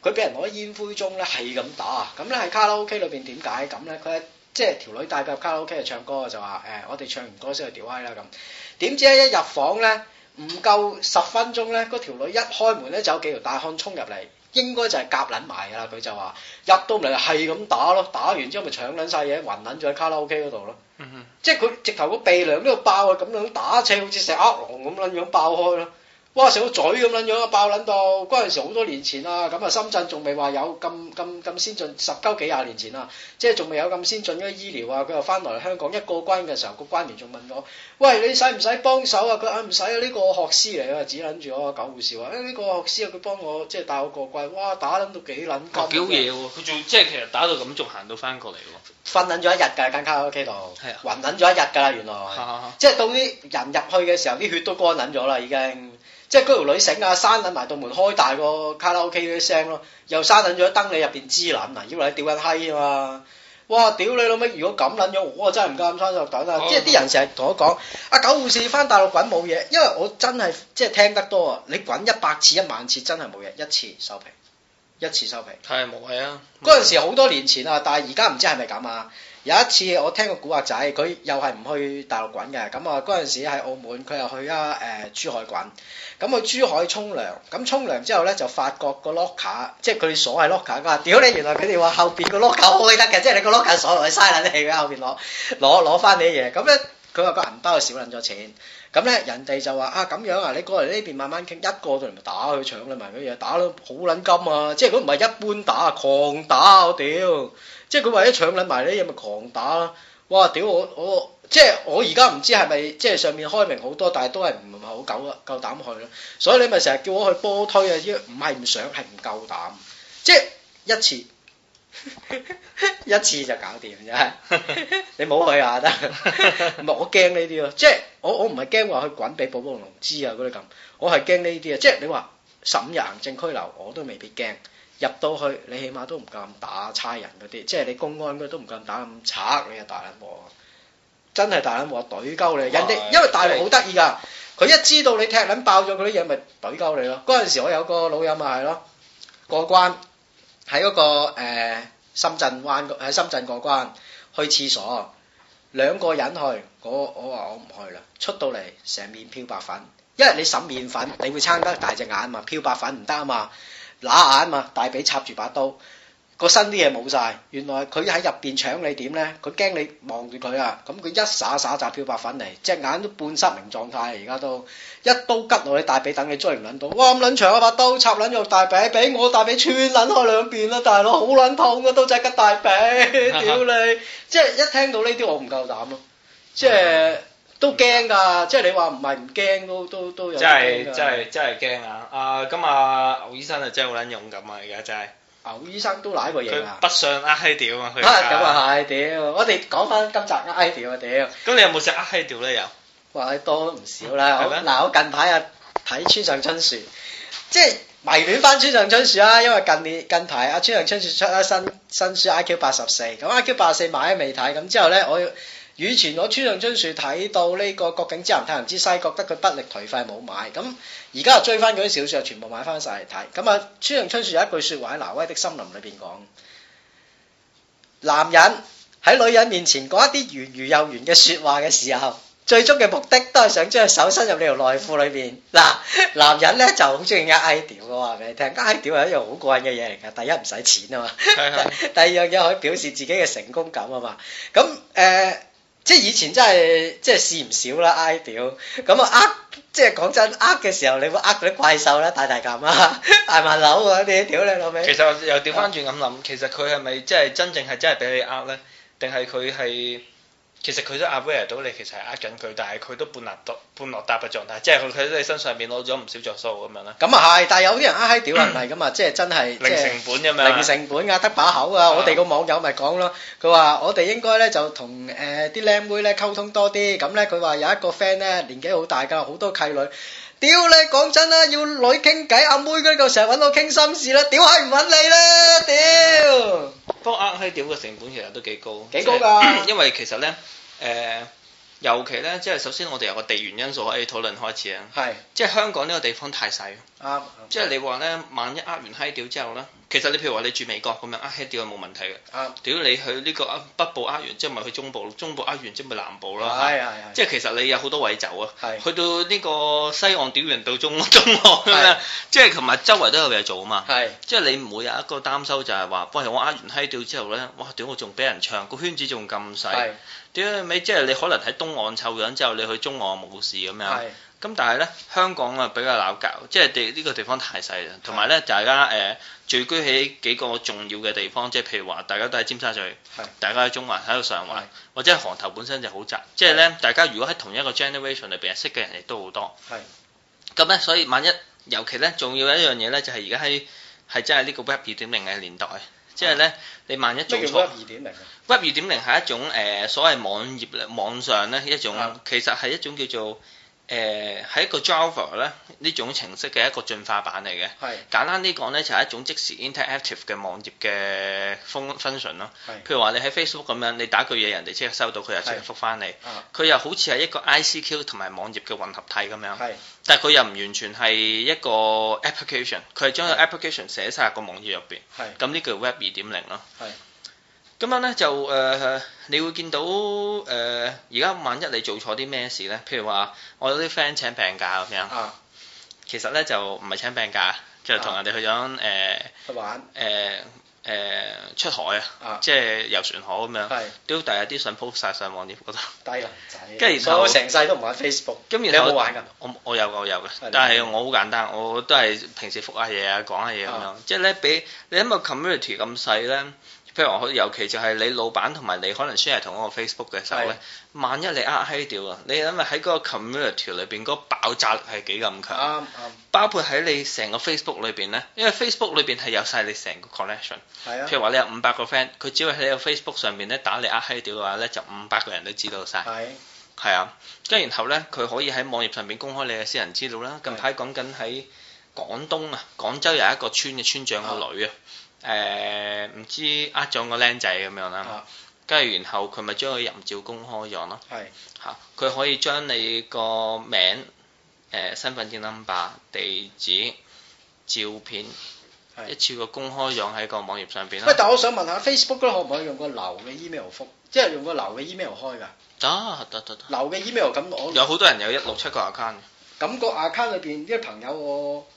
佢俾人攞煙灰盅咧係咁打啊！咁咧喺卡拉 OK 裏邊點解咁咧？佢即係條女帶佢入卡拉 OK 去唱歌就話誒、我哋唱完歌先去屌閪啦咁。點知咧一入房咧唔夠十分鐘咧，嗰條女一開門咧就有幾條大漢衝入嚟。應該就係夾撚埋㗎啦，佢就話入到嚟係咁打咯，打完之後咪搶撚晒嘢，暈撚咗喺卡拉 OK 嗰度咯。
嗯
即係佢直頭個鼻梁呢度爆啊，咁樣打斜，好似隻鴨籠咁撚樣爆開咯。哇！成個嘴咁撚樣啊，爆撚到嗰陣時好多年前啦，咁啊深圳仲未話有咁咁咁先進，十鳩幾廿年前啦，啊即係仲未有咁先進嘅醫療啊。佢又翻嚟香港一過關嘅時候，個關員仲問我：喂，你使唔使幫手啊？佢啊唔使啊，呢、個我學師嚟啊，指撚住我個狗護士話：誒呢、個我學師啊，佢幫我即係帶我過關，哇打撚到幾撚啊金
哼，表哦嘢啊喎，佢仲即係其實打到咁，仲行到翻過嚟喎。
瞓撚咗一日㗎間卡拉 OK 度，
係啊
暈撚咗一日㗎啦，原來。
嚇
即係到啲人入去嘅時候，啲血都乾撚咗啦，已經。即係嗰條女醒啊，閂撚埋道門，開大個卡拉 OK 啲聲咯，又閂撚咗燈，你入邊支撚啊，以為你屌緊閪啊嘛！哇，屌你老味！如果咁撚樣，我真係唔夠膽生就等啦
哦。
啊即係啲人成日同我講，阿狗護士翻大陸滾冇嘢，因為我真係即係聽得多啊！你滾一百次、一萬次真係冇嘢，一次收皮，一次收皮。
係冇謂啊。
嗰陣時好多年前啊，但係而家唔知係咪咁啊。有一次我聽個古惑仔，佢又係唔去大陸滾嘅，咁啊嗰陣時喺澳門，佢又去啊誒、珠海滾，咁去珠海沖涼，咁沖涼之後咧就發覺個 locker，即係佢哋鎖係 locker，佢話屌你原來佢哋話後邊個 locker 開得嘅，即係你個 locker 鎖落去嘥撚氣嘅後邊攞攞攞翻你嘢，咁咧佢話個銀包就少撚咗錢。咁咧，人哋就話啊咁樣啊，你過嚟呢邊慢慢傾，一過到嚟咪打佢搶你埋佢嘢，打到好撚金啊！即係佢唔係一般打啊，狂打啊！我屌，即係佢為咗搶撚埋呢嘢咪狂打啦！哇！屌我我即係我而家唔知係咪即係上面開明好多，但係都係唔係好夠夠膽去咯。所以你咪成日叫我去波推啊，因為唔係唔想係唔夠膽，即係一次 一次就搞掂真係。你唔好去啊，得。唔係我驚呢啲咯，即係我我唔係驚話去滾俾寶寶龍知啊嗰啲咁，我係驚呢啲啊，即係你話十五日行政拘留我都未必驚，入到去你起碼都唔夠膽打差人嗰啲，即係你公安嗰啲都唔夠膽打咁賊，你啊大撚鑊啊，真係大撚鑊懟鳩你，人哋因為大陸好得意㗎，佢一知道你踢撚爆咗嗰啲嘢，咪懟鳩你咯。嗰陣時我有個老友咪係咯，過關喺嗰、個、呃、深圳灣嗰喺深圳過關去廁所。兩個人去，我我話我唔去啦。出到嚟成面漂白粉，因為你審面粉，你會撐得大隻眼嘛，漂白粉唔得啊嘛，揦眼嘛，大髀插住把刀，個身啲嘢冇晒。原來佢喺入邊搶你點咧？佢驚你望住佢啊，咁佢一灑灑扎漂白粉嚟，隻眼都半失明狀態啊！而家都一刀吉落你大髀，等你追唔撚到。哇咁撚長啊把刀插撚入大髀，俾我大髀穿撚開兩邊啦，大佬好撚痛啊！刀仔吉大髀，屌你！即係一聽到呢啲我唔夠膽咯，即係
嗯
都驚㗎，即係你話唔係唔驚都都都有啲
真係
驚㗎
真係真係驚啊！啊，咁啊，牛醫生啊，真係好撚勇敢啊！而家真係，
牛醫生都舐過嘢
佢
㗎。
不上呃閪屌啊！佢
啊咁啊係，屌！我哋講翻今集唉屌啊屌，
咁你有冇食呃閪屌咧？ 又
話多都唔少啦。
係
我
咩
嗱我近排啊睇村上春樹，即係迷戀翻村上春樹啦，因為近年近排阿村上春樹出咗新新書 IQ 八十四，咁 IQ 八十四買咗未睇，咁之後咧我要。以前我村上春樹睇到呢個《國境之南太陽之西》，覺得佢不力頹廢冇買，咁而家又追翻佢啲小説，全部買翻晒嚟睇。咁啊，村上春樹有一句説話喺《挪威的森林》裏邊講：男人喺女人面前講一啲圓如又圓嘅説話嘅時候， 最終嘅目的都係想將手伸入你條內褲裏邊。嗱，男人咧就好中意呃閪屌嘅話俾你聽，呃閪屌係一樣好過癮嘅嘢嚟㗎。第一唔使錢啊嘛，
係 係
第二樣嘢可以表示自己嘅成功感啊嘛。咁誒、呃即係以前真係即係試唔少啦，挨屌咁啊呃，即係講真呃嘅時候，你會呃嗰啲怪獸啦、大大嚿 啊、大萬樓嗰啲，屌你老
其
味！
實我又調翻轉咁諗，其實佢係咪即係真正係真係俾你呃咧？定係佢係其實佢都 aware 到你其實係呃緊佢，但係佢都半納到半落搭嘅狀態，即係佢喺你身上面攞咗唔少着數咁樣啦，
咁啊係，但係有啲人呃閪屌人係噶嘛，即係真係即
零
係。
成本咁樣
零
啦。
成本啊，得把口啊！我哋個網友咪講咯，佢話我哋應該咧就同誒啲靚妹咧溝通多啲，咁咧佢話有一個 friend 咧年紀好大㗎，好多契女。屌你講真啦，要女傾偈，阿妹嗰個成日揾我傾心事啦，屌閪唔揾你啦，屌！
不過呃閪屌嘅成本其實都幾高，
幾高㗎
即係 因為其實咧，誒、尤其咧，即係首先我哋由個地緣因素可以討論開始啊。
係
即係香港呢個地方太細，
啱，
即係你話咧，萬一呃完閪屌之後咧，其實你譬如話你住美國咁樣呃閪屌係冇問題嘅。
啱
屌你去呢個呃北部呃完之後咪去中部，中部呃完之後咪南部啦。
係係係
即係其實你有好多位走啊，
係
去到呢個西岸屌完到中中岸咁
係
樣，即係同埋周圍都有嘢做啊嘛。
係
即係你唔會有一個擔憂就係話，喂我呃完閪屌之後咧，哇屌我仲俾人唱，個圈子仲咁細
係，
屌你咪即係你可能喺東岸湊樣之後，你去中岸冇事咁樣。
係
咁但係咧，香港啊比較鬧交，即係地呢個地方太細啦，同埋咧大家誒、呃聚居喺幾個重要嘅地方，即係譬如話大家都喺尖沙咀
係，
大家喺中環喺度上
係
環，或者係行頭本身就好窄，即係咧大家如果喺同一個 generation 裏邊識嘅人亦都好多，
係
咁咧所以萬一尤其咧仲要有一樣嘢咧就係而家喺係真係呢個 Web 二點零嘅年代，即係咧你萬一做
咩叫
錯。
二點零？
Web 二點零係一種誒、呃所謂網頁咧網上咧一種
啊
其實係一種叫做誒係一個 Java 咧呢種程式嘅一個進化版嚟嘅。
係
簡單啲講咧，就係一種即時 interactive 嘅網頁嘅 fun- function 咯。
係
譬如話你喺 Facebook 咁樣，你打句嘢，人哋即刻收到，佢又即刻覆返你
啊。
佢又好似係一個 ICQ 同埋網頁嘅混合體咁樣。
係
但係佢又唔完全係一個 application，佢係將個 application 寫晒入個網頁入邊。
係
咁呢個 Web 二點零咯。
係。
咁樣咧就誒、呃你會見到誒而家萬一你做錯啲咩事咧，譬如話我有啲 friend 請病假咁樣，
啊
其實咧就唔係請病假，就同人哋去咗呃
去玩
誒誒誒出海啊，
啊
即係遊船河咁樣，
係
屌第日啲信 post 晒上網頁嗰度。
低啦，
跟住然後
我成世都唔玩 Facebook，
咁
你
然
有
後
冇玩㗎？
我我有嘅，我有
係
嘅，但係我好簡單，我都係平時覆下嘢啊，講下嘢咁樣
啊。
即係咧，俾你諗個 community 咁細咧，譬如話，尤其就係你老闆同埋你可能 share 同一個 Facebook 嘅時候
係
咧，萬一你呃閪掉啊，你諗下喺嗰個 community 裏邊嗰個爆炸力係幾咁強，
啱啱
包括喺你成個 Facebook 裏邊咧，因為 Facebook 裏邊係有晒你成個 connection。
係啊
譬。如話你有五百個 friend，佢只要喺你個 Facebook 上邊咧打你呃閪掉嘅話咧，就五百個人都知道晒。
係
係啊，跟住然後咧，佢可以喺網頁上邊公開你嘅私人資料啦。近排講緊喺廣東啊，廣州有一個村嘅村長個女啊，誒唔、知呃咗個僆仔咁樣啦
啊，
跟住然後佢咪將佢淫照公開咗咯。
係
嚇、佢可以將你個名、誒、身份證 number、地址、照片
係
一次過公開咗喺個網頁上邊
喂
啦，。
但我想問下 Facebook 嗰度可唔可以用個流嘅 email 覆，即係用個流嘅 email 開㗎？
得得得得，
流嘅 email 咁我
啊有好多人有一六七個 account 嘅。
咁個 account 裏邊啲朋友我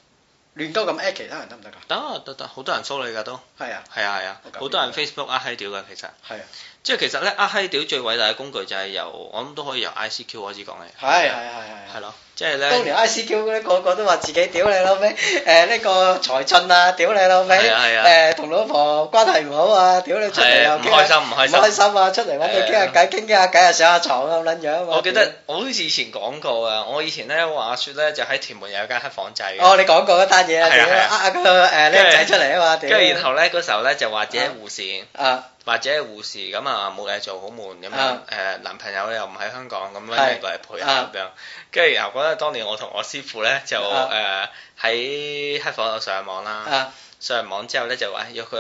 亂鳩咁 at 其他人得唔得㗎？
得得得，好多人 follow 你㗎都。
係啊，
係啊係啊
我搞，
好多人
掂
Facebook 呃閪屌㗎其實，
係啊，
即係其實咧呃閪屌最偉大嘅工具就係由我諗都可以由 ICQ 開始講嘅，
係係係係
係。啊咯，即係
當
咧
年 ICQ 嗰啲個個都話自己屌你老味， 誒呢個財進啊，屌你老味，
係啊係啊
誒同老婆關係唔好啊，屌你出嚟又
係唔
傾下
開心唔開
唔開
心。
心啊，出嚟揾你傾下偈，傾下偈啊，上下床啊咁撚樣啊嘛。
我記得我好似以前講過啊，我以前咧話説咧就喺屯門有間黑房仔嘅，
哦，你講過嗰單嘢啊，
係
屌
啊係啊
呃個誒僆仔出嚟啊嘛，
跟
屌。
住然後咧嗰時候咧就話自己係護士，
啊
或者係護士咁啊冇嘢做好悶咁
啊
樣，誒男朋友又唔喺香港咁樣
係
嚟過嚟陪下
啊
咁樣，跟住然後嗰陣當年我同我師傅咧就誒
啊
喺黑房度上網啦。
啊
上網之後咧就話約佢去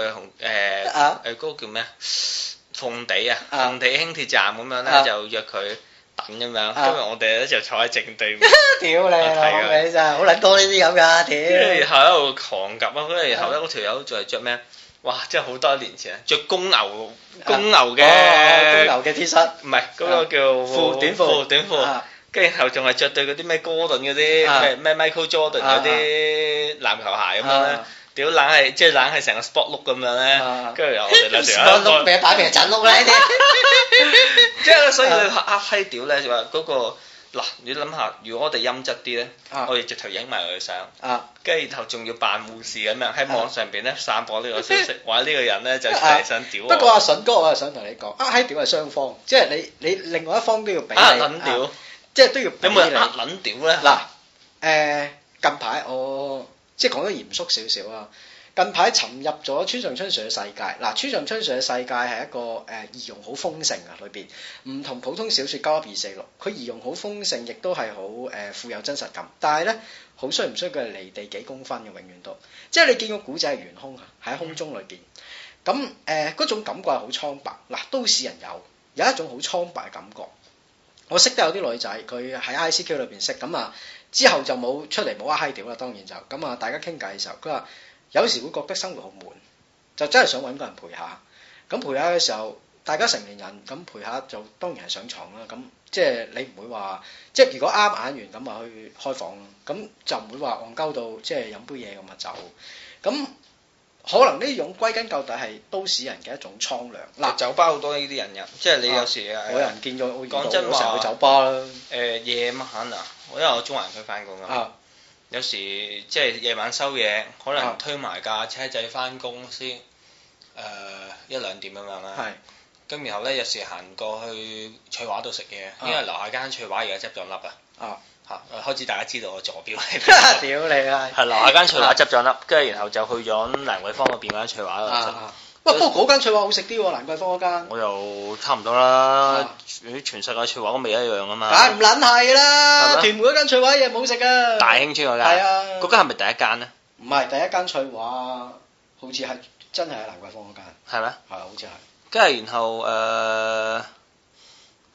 紅誒
啊
誒嗰個叫咩啊？鳳地啊，
啊
鳳地輕鐵站咁樣
啊
咧就約佢等咁樣，
啊
今日我哋咧就坐喺正 對面，
屌你
啊
老
睇㗎
味真係好撚多呢啲咁噶，
跟住
屌
然後喺度狂及啊，跟住然後咧嗰條友仲係着咩？啊哇！真係好多年前啊，着公牛公牛嘅
啊哦公牛嘅 T 恤
唔係嗰個叫
褲短
褲
褲
短褲，
啊
跟住然後仲係着對嗰啲咩 Gordon 嗰啲
啊
咩咩 Michael Jordan
啊
嗰啲籃球鞋咁樣咧
啊。
屌冷係即係冷係成個 sport look 咁樣
啊
咧，跟住又我 哋兩條
我碌名擺明係陳碌啦呢啲，啊
即係所以你話呃閪屌咧就話嗰個嗱，你諗下，如果我哋陰質啲咧，
啊
我哋直頭影埋佢相，
啊，
跟住然後仲要扮護士咁樣喺網上邊咧散播呢個消 息，話呢個人咧就
啊
真係想屌
不
我。
過阿筍哥，我係想同你講，呃閪屌係雙方，即係你你另外一方都要俾你，
呃撚
啊
屌，
即係都要俾
你有冇人
你
呃。撚屌咧？
嗱，誒、近排我即係講得嚴肅少少啊。近排沉入咗村上春樹嘅世界，嗱，村上春樹嘅世界係一個誒、易容好豐盛啊，裏邊唔同普通小説交二四六，佢易容好豐盛，亦都係好誒富有真實感，但係咧好衰唔衰佢係離地幾公分嘅，永遠都，即係你見個古仔係懸空啊，喺空中裏邊，咁誒嗰種感覺係好蒼白，嗱，都市人有有一種好蒼白嘅感覺。我識得有啲女仔，佢喺 ICQ 裏邊識，咁啊之後就冇出嚟冇啊閪屌啦，當然就咁啊大家傾偈嘅時候，佢話有時會覺得生活好悶，就真係想揾個人陪下。咁陪下嘅時候，大家成年人咁陪下就當然係上床啦。咁即係你唔會話，即係如果啱眼緣咁咪去開房咯。咁就唔會話戇鳩到即係飲杯嘢咁啊走。咁可能呢種歸根究底係都市人嘅一種蒼涼。嗱，
酒吧好多呢啲人嘅，即係你
啊
有時誒
我人見咗，啊我遇到
講
我成
真
日
話
去酒吧啦。
誒夜晚啊，我因為我中環區翻工啊，
啊！
有時即係夜晚收嘢，可
啊
能推埋架車仔翻公司，誒一兩點咁樣啦。
係
咁然後咧有時行過去翠華度食嘢，
啊
因為樓下間翠華而家執咗笠啊。
啊
嚇！開始大家知道我坐 標喺邊度。
屌你啊！
係樓下間翠華執咗笠，跟住然後就去咗蘭桂坊嗰邊嗰間翠華度食。
啊！喂，不過嗰間翠華好食啲喎，蘭桂坊嗰間。
我又差唔多
啊
啦，全全世界翠華個味一樣啊嘛。
梗唔撚係啦，
係咩
屯門嗰間翠華嘢冇食啊。
大興村
係
嗰間，
啊，
嗰間係咪第一間咧？
唔係第一間翠華，好似係真係喺蘭桂坊嗰間，
係咪？
係啊好似係。
跟住然後誒，呃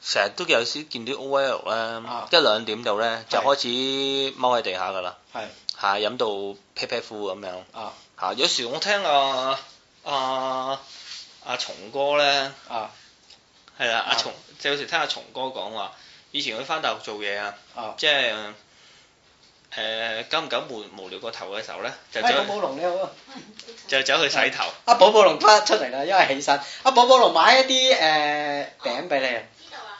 成、日都有時見啲 OL 咧、
啊
一兩點度咧就
係
開始踎喺地下噶啦，
係
嚇飲到啤啤呼咁樣嚇、
啊
有時我聽阿阿阿松哥咧，
啊
係啦，阿
啊
松就有時聽阿松哥講話，以前佢翻大陸做嘢啊，
啊！
即係誒、呃久唔久無無聊個頭嘅時候咧，就走
喂，寶
去
寶龍你好啊！
就走去洗 頭。
阿寶寶龍翻出嚟啦，因為起身。阿寶寶龍買一啲誒餅俾你啊！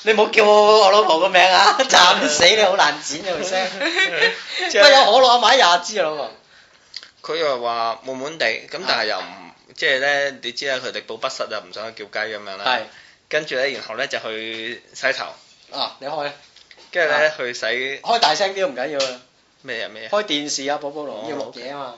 你唔好叫我我老婆個名 啊！慘死你，好難剪嘅條 聲。
即係
喂，有可樂我買廿支啊，老婆。
佢又話悶悶地，咁但係又唔即係咧，你知啦，佢力保不失啊，唔想去叫雞咁樣啦。
係
跟住咧，然後咧就去洗頭，
啊，你開啊
跟住咧去洗
開大聲啲都唔緊要啊，
咩嘢咩嘢，
開電視啊，寶寶龍要錄嘢啊嘛。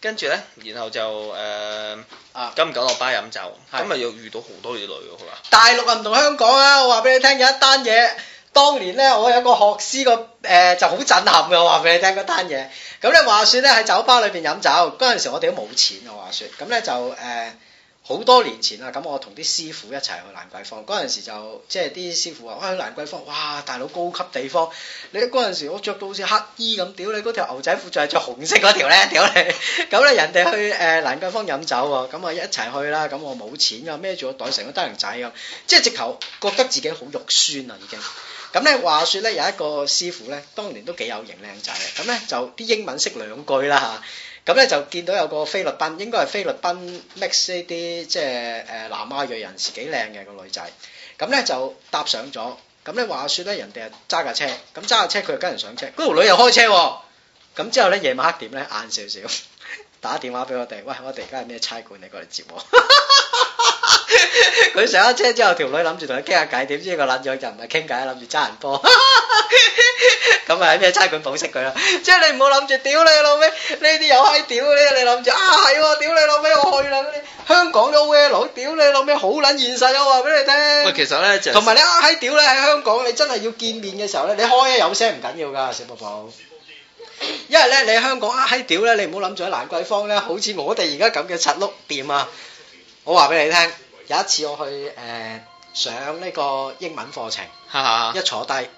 跟住咧，然後就誒、呃
啊
久唔久落巴飲酒，
係
咁咪又遇到好多呢類喎，佢話
大陸啊唔同香港啊，我話俾你聽有一單嘢，當年咧我有個學師個誒、呃就好震撼嘅，我話俾你聽嗰單嘢。咁咧話説咧喺酒吧裏邊飲酒，嗰陣時我哋都冇錢啊話説，咁咧就誒。呃好多年前啦，咁我同啲師傅一齊去蘭桂坊，嗰陣時就即係啲師傅話：，哇，去蘭桂坊，哇，大佬高級地方。你嗰陣時我着到好似黑衣咁，屌你嗰條牛仔褲就係着紅色嗰條咧，屌你！咁咧人哋去誒、呃、蘭桂坊飲酒喎，咁啊一齊去啦，咁我冇錢啊，孭住個袋成個低能仔咁，即係直頭覺得自己好肉酸啊已經。咁咧話説咧有一個師傅咧，當年都幾有型靚仔啊嘅，咁咧就啲英文識兩句啦嚇。咁咧就見到有個菲律賓，應該係菲律賓 mix 呢啲即係誒南亞裔人士幾靚嘅個女仔，咁咧就搭上咗。咁咧話説咧，人哋啊揸架車，咁揸架車佢就跟人上車，嗰條女又開車喎。咁之後咧夜晚黑點咧晏少 少打電話俾我哋，喂我哋而家係咩差館，你過嚟接我。 佢上咗車之後，條女諗住同佢傾下偈，點知個撚樣就唔係傾偈，諗住揸人波。 咁咪喺咩差館保釋佢啦？即係你唔好諗住屌你老味，呢啲有閪屌咧，你諗住啊係喎，屌你老味我去啦嗰啲，香港都 O L，屌你老味好撚現實啊！我話俾你聽。
喂，其實咧就
同埋你啊閪屌咧喺香港，你真係要見面嘅時候咧，你開有聲唔緊要㗎，小寶寶。因為咧，你喺香港啊閪屌咧，你唔好諗住喺蘭桂坊咧，好似我哋而家咁嘅柒碌店啊！我話俾你聽，有一次我去誒、呃上呢個英文課程，
哈哈
一坐低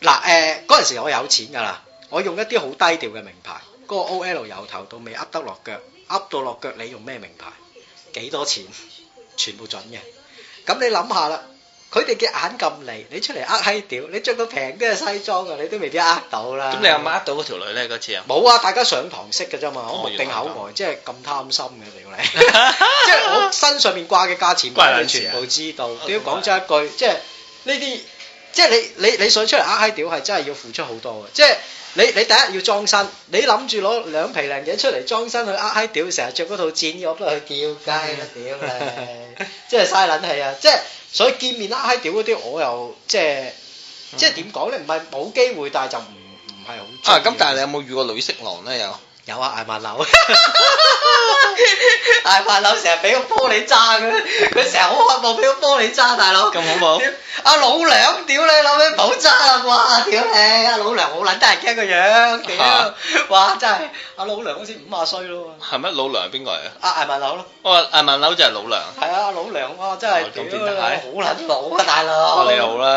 嗱誒嗰陣時我有錢㗎啦，我用一啲好低調嘅名牌，嗰、個 O L 由頭到尾噏得落腳，噏到落腳你用咩名牌？幾多錢？全部準嘅。咁你諗下啦，佢哋嘅眼咁利，你出嚟呃閪屌，你着到平啲嘅西裝啊，你都未必呃到啦。
咁你阿媽呃到嗰條女咧嗰次啊？
冇啊，大家上堂識嘅啫嘛，
哦
我目定口
原來
呆，即係咁貪心嘅 屌你，即係我身上面掛嘅價錢，
關
我
你
全部知道
事啊。
屌講真一句，即係呢啲即係你你你想出嚟呃閪屌係真係要付出好多嘅，即係你你第一要裝身，你諗住攞兩皮零嘢出嚟裝身去呃閪屌，成日着嗰套戰衣我不去屌街啦屌 你，即係嘥撚氣啊！即係所以見面呃閪屌嗰啲我又即係即係點講咧？唔係冇機會，但係就唔唔係好
啊，咁但係你有冇遇過女色狼咧？又
有啊，艾曼 樓，艾曼樓成日俾個玻璃渣佢，佢成日好渴望俾個玻璃渣大佬。
咁恐怖
屌阿老娘，屌你老味，冇渣啦啩！屌你，阿老娘好撚得人驚個樣，屌
嚇！
哇，真係阿老娘好似五啊歲咯喎，
係咪老娘係邊個嚟啊？
阿艾曼樓咯，
我話艾曼樓就係老娘，
係啊，阿老娘哇，真
哦
係
咁
屌
變態
好撚老啊，大佬！
哇哦你好啦，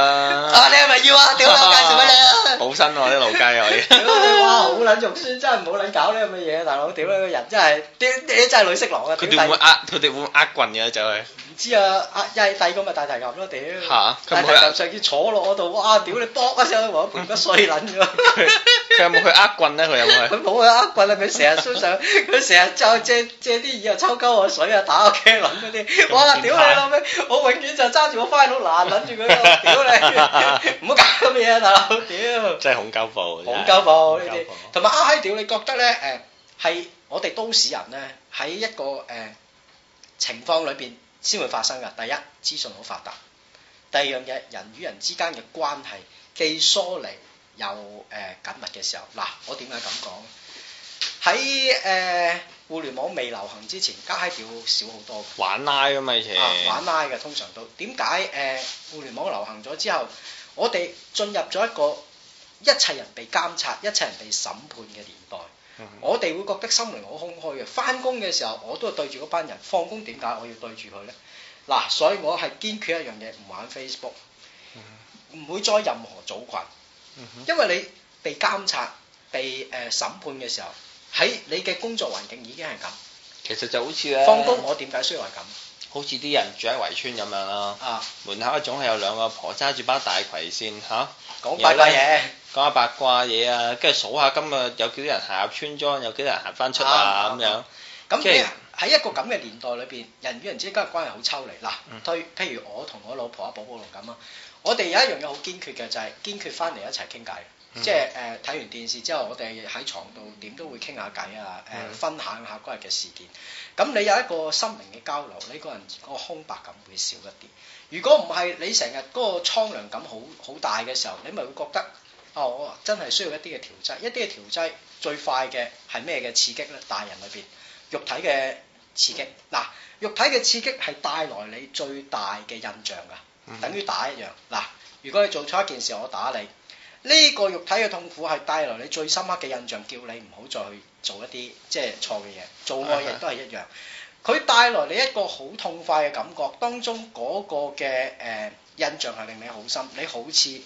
啊，你係咪要啊？屌你，我介紹俾 你啊！
保身喎啲老雞
屌 你哇！好
可以。
撚肉酸，真係唔好撚搞呢咁嘅嘢，大佬！屌你個人真係，屌你真係女色狼啊！
佢
屌
哋會唔會
第
呃？佢哋會唔會呃棍嘅走去
唔知啊，啊一係第二個咪大提琴咯，屌！
嚇
大提
佢唔會
琴
呃
上次坐落我度，哇！屌你卜一聲，我盤骨碎撚咗。
佢佢有冇去呃棍咧？佢有冇去？
佢冇啊，呃棍啊！佢成日都上，佢成日就借借啲嘢又抽鳩我水啊，打我茄輪嗰啲，哇！
咁變態
屌你
啊
老味，我永遠就揸住個 file 攔撚住佢，屌 你，唔好搞咁嘅嘢啊，大佬，屌！
真係恐鳩步，
好鳩暴呢
真係
啲
恐，
同埋啊閪屌！你覺得咧誒係我哋都市人咧喺一個誒、情況裏邊先會發生㗎。第一，資訊好發達；第二樣嘢，人與人之間嘅關係既疏離又誒、緊密嘅時候，嗱，我點解咁講？喺誒、互聯網未流行之前，家閪屌少好多㗎。
玩拉啊嘛以前，
啊玩拉嘅通常都點解誒互聯網流行咗之後，我哋進入咗一個一切人被監察、一切人被審判嘅年代，
嗯
我哋會覺得心靈好空虛嘅。翻工嘅時候我都係對住嗰班人，放工點解我要對住佢呢？嗱，所以我係堅決一樣嘢，唔玩 Facebook，唔會再任何組群。因為你被監察、被誒、呃、審判嘅時候，喺你嘅工作環境已經係咁。
其實就好似咧，
放工我點解需要係咁
好似啲人住喺圍村咁樣啦，
啊？
門口總係有兩個婆揸住把大葵扇嚇，
講八卦嘢。
講下八卦嘢啊，跟住數下今日有幾多人行入村莊，有幾多人行翻出啊
啊
咁樣，
咁
即
你
係
喺一個咁嘅年代裏邊，人與人之間嘅關係好抽離。嗱
嗯，
對，譬如我同我老婆阿寶寶龍咁啊，我哋有一樣嘢好堅決嘅，就係、堅決翻嚟一齊傾偈。
嗯
即係誒睇完電視之後，我哋喺床度點都會傾下偈啊！誒、
嗯
分享下嗰日嘅事件。咁你有一個心靈嘅交流，你個人個空白感會少一啲。如果唔係，你成日嗰個蒼涼感好好大嘅時候，你咪會覺得哦，我真係需要一啲嘅調劑，一啲嘅調劑最快嘅係咩嘅刺激咧？大人裏邊肉體嘅刺激，嗱，肉體嘅刺激係帶來你最大嘅印象
嗯
噶，等於打一樣。嗱，如果你做錯一件事，我打你。呢個肉體嘅痛苦係帶來你最深刻嘅印象，叫你唔好再去做一啲即係錯嘅嘢，做愛亦都係一樣。佢帶來你一個好痛快嘅感覺，當中嗰個嘅誒、呃印象係令你好深，你好似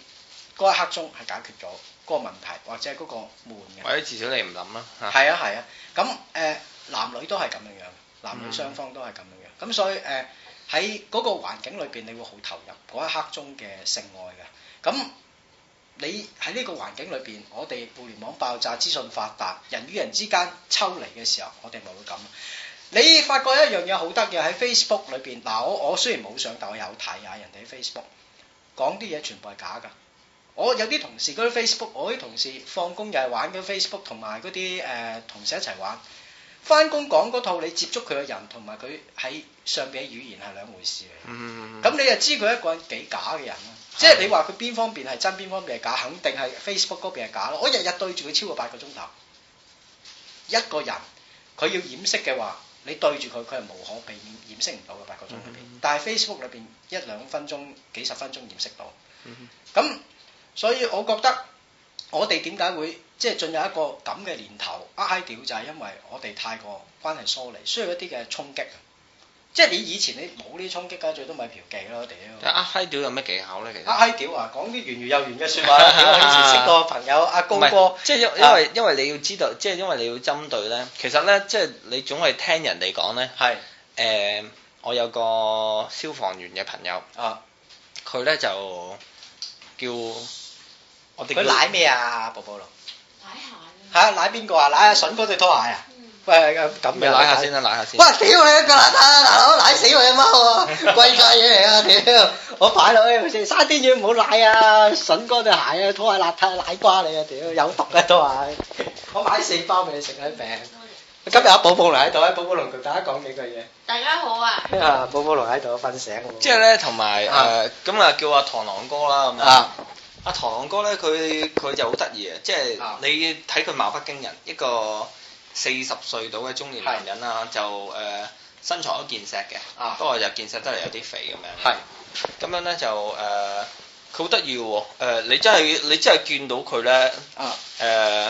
嗰一刻鐘係解決咗嗰個問題，或者係嗰個悶嘅。
或者至少你唔諗啦嚇，
係啊係啊，咁誒、呃男女都係咁樣樣，男女雙方都係咁樣樣，咁所以誒呃喺嗰個環境裏邊，你會好投入嗰一刻鐘嘅性愛嘅。咁你喺呢個環境裏邊，我哋互聯網爆炸、資訊發達，人與人之間抽離嘅時候，我哋咪會咁。你發覺一樣嘢好得嘅喺 Facebook 裏邊，嗱我我雖然冇上，但我有睇啊人哋 Facebook 講啲嘢全部係假㗎。我有啲同事嗰啲 Facebook，我啲同事放工又係玩嗰啲 Facebook，同埋嗰啲誒同事一齊玩。翻工講嗰套，你接觸佢嘅人同埋佢喺上邊嘅語言係兩回事嚟。
嗯，
咁你就知佢一個人幾假嘅人啦。即係你話佢邊方面係真，邊方面係假，肯定係 Facebook 嗰邊係假咯。我日日對住佢超過八個鐘頭，一個人佢要掩飾嘅話，你對住佢，佢係無可避免掩飾唔到嘅八個鐘裏邊。但係 Facebook 裏邊一兩分鐘、幾十分鐘掩飾到。咁、所以我覺得我哋點解會即係進入一個咁嘅年頭呃閪屌，就係因為我哋太過關係疏離，需要一啲嘅衝擊啊。即係你以前你冇呢啲衝擊㗎，最多咪嫖妓咯，屌！
但係呃閪屌有咩技巧咧？其實
呃閪屌啊，講啲圓如又圓嘅説 話啦。屌我以前識個朋友阿高
唔係
哥，
即係因因為因為你要知道，即係因為你要針對咧，其實咧即係你總係聽人哋講咧，
係
誒，我有個消防員嘅朋友，
啊，
佢咧就叫我哋
佢
叫
奶咩啊，寶寶龍？
擺鞋啊，
嚇，奶邊個啊？奶阿筍哥對拖鞋啊？
嗯，
喂咁
咪
嘅
舐下先啦，舐下先
哇！。屌你一個邋遢大佬，奶死我只貓喎，貴價嘢嚟啊！屌，
我擺落去食沙甸魚唔好奶啊，
à,
筍乾對鞋啊，拖鞋邋遢奶瓜你啊，屌有毒啊都話。我買四包俾你食喺餅。今日阿寶寶龍喺度，阿寶寶龍同大家講幾句嘢。
大家好啊！
啊，寶寶龍喺度瞓醒喎。
即係咧，同埋
啊
誒，咁啊叫阿螳螂哥啦咁樣。
啊
阿螳螂哥咧，佢佢就好得意嘅，即係
啊
你睇佢貌不驚人，一個四十歲到嘅中年男人啦，就誒身材都健碩
啊
嘅，不過就健碩得嚟有啲肥咁樣。
係
咁樣咧就誒，呃佢好得意嘅喎。呃你真係你真係見到佢咧
啊
誒，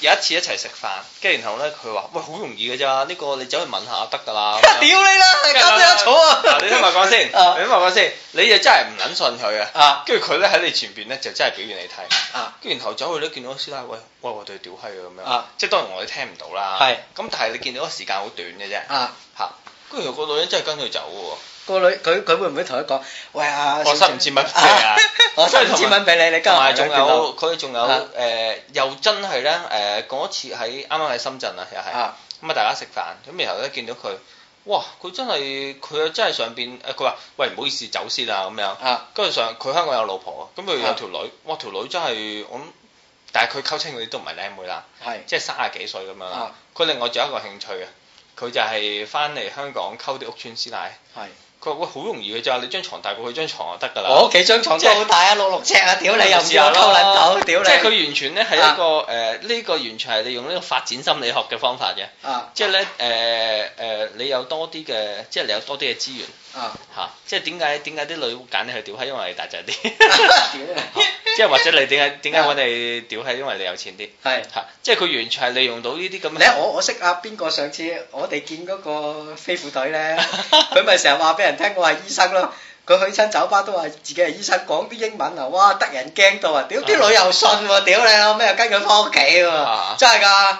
有一次一齊食飯，跟住然後咧佢話：喂，好容易嘅咋，呢個你走去問下得㗎啦。 咁樣
屌你啦，咁樣坐啊！
嗱，你聽埋講先，
啊
你聽埋講先，你就真係唔撚信佢啊！
啊
跟住佢咧喺你前邊咧就真係表現你睇，
啊
跟住然後走去咧見到師奶，喂喂我對屌閪啊咁樣
啊，
即係當然我哋聽唔到啦，
係
咁但係你見到個時間好短嘅啫，
啊！
嚇，跟住個女人真係跟佢走
個女佢佢會唔會同佢講？喂啊！
喎，我
小
塞
姐
唔知蚊俾你啊，
Ờ,
我塞五千蚊俾你，你今
同
日
埋
埋
仲有佢仲有
啊
誒又真係咧誒嗰次喺啱啱喺深圳啊又係。
啊
咁啊，大家食飯，咁然後咧見到佢，哇！佢真係佢真係上邊誒，佢話喂唔好意思走先啊咁樣，
啊
跟住上佢香港有老婆，咁佢
啊
有條女，哇條女真係我諗，但係佢溝親嗰啲都唔係靚妹啦，
係
即係三十幾歲咁樣啦
啊。
佢另外仲有一個興趣嘅，佢就係翻嚟香港溝啲屋村師奶，
係。
佢話喂好容易嘅咋，你張床大過佢張床就得㗎啦。
我屋企張床都好大啊，六六尺啊，屌你又唔
試
知我
下
溝
咯
撚到，屌你！
即係佢完全咧係一個誒，呢、
啊
個完全係利用呢個發展心理學嘅方法嘅。
啊
即係咧誒誒，你有多啲嘅，即係你有多啲嘅資源
啊！
嚇、即係點解點解啲女會揀你去屌閪？因為你大隻啲，
屌你！
即係或者 你點解點解揾你屌閪？因為你有錢啲
係。
嚇、即係佢完全係利用到呢啲咁
咧
嘅。
我我識啊邊個？上次我哋見嗰個飛虎隊咧， 佢咪成日話俾人聽我係醫生咯。佢去親酒吧都話自己係醫生，講啲英文啊，哇得人驚到啊！屌啲女又信喎，屌你老咩又跟佢翻屋企
啊
喎，真係㗎！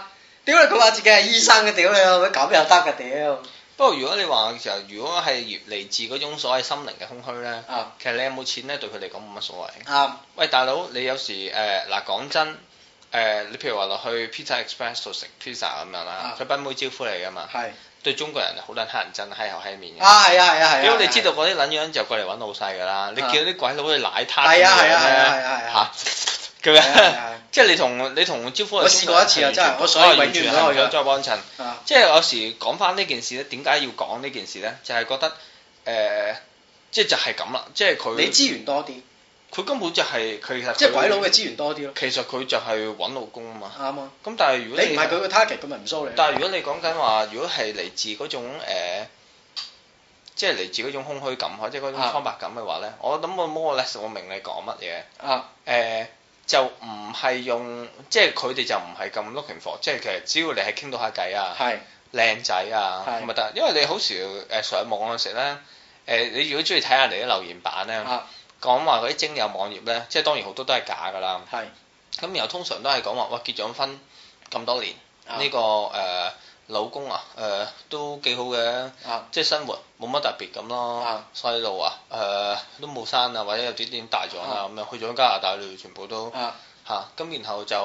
屌你佢話自己係醫生嘅，屌你老味咁又得㗎，屌！
不過如果你話其實如果係嚟自嗰種所謂心靈嘅空虛咧，
啊
其實你有冇錢咧對佢嚟講冇乜所謂。
啱
喂，大佬，你有時誒嗱講真誒、你譬如話落去 Pizza Express 度食 pizza 咁樣啦
啊，
佢賓妹招呼你噶嘛，
係
對中國人好撚乞人憎，閪口閪面嘅。
啊係啊係啊係啊！
如果你知道嗰啲撚樣就過嚟揾老細㗎啦，你
啊
見到啲鬼佬去奶攤
係啊係啊係啊係啊係啊！
咁
係啊係
樣
啊
即係你同你同招呼
我試過一次啊真係我所
哦
以永遠唔
係
開
唔想
㗎
再幫襯。
啊
即係有時講翻呢件事咧，點解要講呢件事咧？就係覺得誒，即係就係咁啦，即係
你
佢
資源多啲，
佢根本就係佢其實
即係
佢
鬼佬嘅資源多啲咯。
其實佢就係揾老公啊嘛。
啱啊！
咁但係
你
如
唔
果
係佢個 target，佢咪唔騷你咯。
但係如果你講緊話，如果係嚟自嗰種、呃、即係嚟自嗰種空虛感或者嗰種
啊
蒼白感嘅話咧，我諗我 more or less 我明你講乜嘢。誒、
啊
呃就唔係用，即係佢哋就唔係咁 looking for，即係其實只要你係傾到下偈啊，
係
靚仔啊
係
咁咪得，因為你好少誒、呃上網嗰陣時咧，誒、你如果中意睇下人哋啲留言版咧，
啊
講話嗰啲精友網頁咧，即係當然好多都係假㗎啦。
係
咁然後通常都係講話，哇結咗婚咁多年，
啊
呢個誒老公啊，誒都幾好嘅，
啊
即係生活冇乜特別咁咯
啊。
細路啊，誒都冇生啊，或者有啲點大咗啦，咁樣去咗加拿大，你全部都
啊
嚇，咁然後就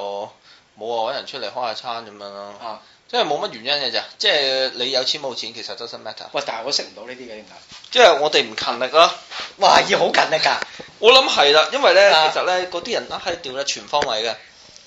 冇啊揾人出嚟開下餐咁樣咯
啊。
即係冇乜原因嘅咋，即係你有錢冇錢其實 doesn't matter，
喂！但係我識唔到呢啲嘅點解？
即係我哋唔勤力啦。
哇！要好勤力㗎！
我諗係啦，因為咧
啊
其實咧嗰啲人呃閪掉咧全方位嘅。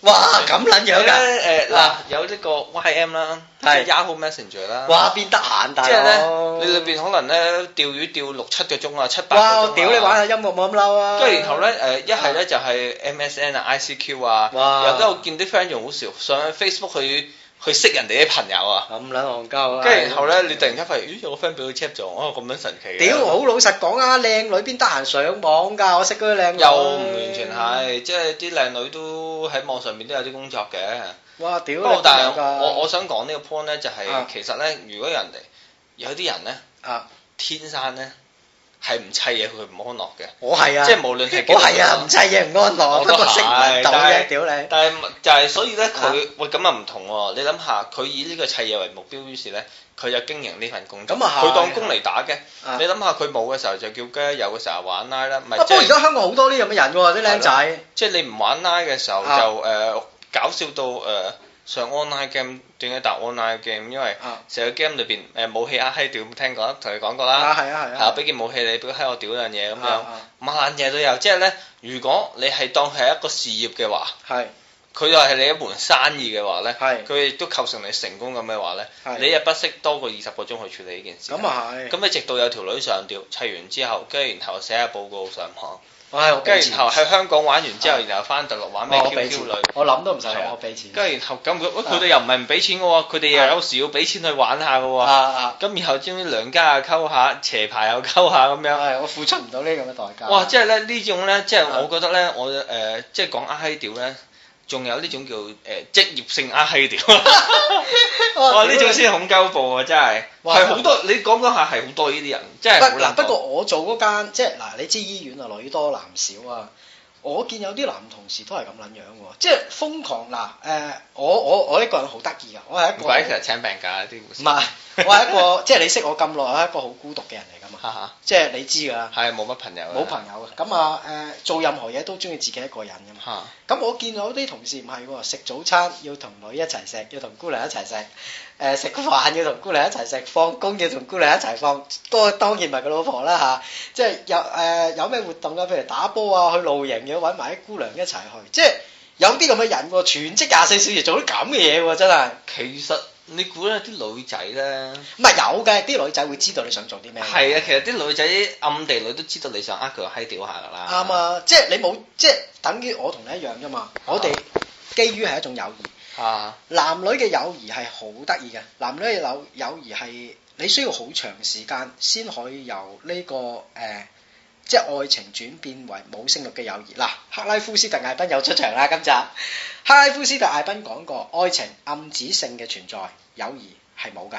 哇！咁撚樣㗎！
咧誒嗱
啊，
有呢個 YM 啦，
係
Yahoo Messenger 啦，
哇！邊得啊閒大
即係
佬？
咧你裏邊可能咧釣魚釣六七個鐘啊，七
哇！
八個鐘啊
我屌你玩！下音樂冇咁嬲啊！
跟住然後咧誒，一係咧就係 MSN 啊、ICQ 啊，
哇
又都有見啲 friend 用好少上 Facebook 去去識人哋啲朋友啊，
咁撚戇鳩啦！
跟住然後咧你突然間發現，咦有個 friend 俾佢 check 咗，哦咁樣神奇嘅，
屌！好老實講啊，靚女邊得閒上網㗎？我識嗰啲靚女
又唔完全。係，即係啲靚女都喺網上面都有啲工作嘅。
哇！屌
不
你
過
邊
但
有
係
㗎
我我想講呢個 point 咧，就係、
啊
其實咧，如果人哋有啲人咧
啊！
天生咧係唔砌嘢，佢唔安樂嘅，
我係啊！
即係無論係幾
我係啊！唔砌嘢唔安樂，
我
不
都
過識唔
係
到
但係
啫，屌你！
但係就係所以咧，佢、
啊
喂咁啊唔同喎。你諗下，佢以呢個砌嘢為目標，於是咧佢就經營呢份工作，
咁啊係
佢當工嚟打嘅。
啊
你諗下，佢冇嘅時候就叫雞，有嘅時候玩拉啦，咪
啊！不
即
過而
係
家香港好多呢咁嘅人喎，啲僆仔
即係你唔玩拉嘅時候就呃
啊
誒、搞笑到誒。呃上 online game 點解打 online game？因為
啊
成個 game 裏邊誒武器呃閪屌，聽講同你講過
啊
啦，
係啊係
係啊，
啊，
俾件武器你，俾閪我屌兩嘢咁樣，
啊
乜撚嘢都有。即係咧，如果你係當佢係一個事業嘅話，
係
佢又係你一門生意嘅話咧，
係
佢亦都構成你成功咁嘅話咧，
係
你又不惜多過二十個鐘去處理呢件事。
咁啊係，
咁你直到有條女上吊，砌完之後，跟住然後寫下報告上網，
唉我俾
跟住
錢
然後喺香港玩完之後，
哦啊
然後翻大陸玩咩
我俾
QQ
錢
女，，
我諗都唔使
係
諗，
啊
我俾錢
跟住然後咁佢，喂佢哋又唔係唔俾錢嘅喎，佢哋又有時要俾錢去玩下嘅
啊
喎，
啊，
咁然後知唔知兩家又溝下，斜牌又溝下咁樣。
係我付出唔到呢咁嘅代價。
哇！即係咧呢種咧，即係
啊
我覺得咧，我誒、呃即係講呃閪屌咧，仲有呢種叫誒、呃、職業性呃閪屌。哇！呢種先恐鳩怖啊，真係
哇
係好多。你講講下係好多呢啲人，真係好
不
撚
嗱，不
多
過我做嗰間即係嗱，你知醫院啊，女多男少啊。我見有啲男同事都係咁撚樣喎，即係瘋狂嗱誒、我我我呢個人好得意㗎，我係一
唔
個
怪得其實請病假啲護士
唔。係，我係一個 即係你識我咁耐，我係一個好孤獨嘅人嚟㗎嘛，
哈哈，
即係你知㗎啦，
係冇乜朋友啊。
冇朋友嘅，咁啊誒做任何嘢都中意自己一個人㗎嘛。
嚇
咁我見到啲同事唔係喎，食早餐要同女一齊食，要同姑娘一齊食，誒、食飯要同姑娘一齊食，放工要同姑娘一齊放，當當然唔係佢老婆啦吓、即係有誒、有咩活動啊，譬如打波啊，去露營要揾埋啲姑娘一齊去，即係有啲咁嘅人喎，全職廿四小時做啲咁嘅嘢喎，真係
其實你估咧啲女仔咧，
唔係有嘅，啲女仔會知道你想做啲咩，
係啊，其實啲女仔暗地裏都知道你想呃佢個閪屌下㗎啦。
啱啊，即係你冇即係等於我同你一樣啫嘛，我哋基於係一種友誼。
啊！
男女嘅友誼係好得意嘅，男女嘅友友誼係你需要好長時間先可以由呢、個誒、呃即係愛情轉變為冇性欲嘅友誼。嗱，克拉夫斯特艾賓有出場啦，今集克拉夫斯特艾賓講過，愛情暗指性嘅存在，友誼係冇嘅。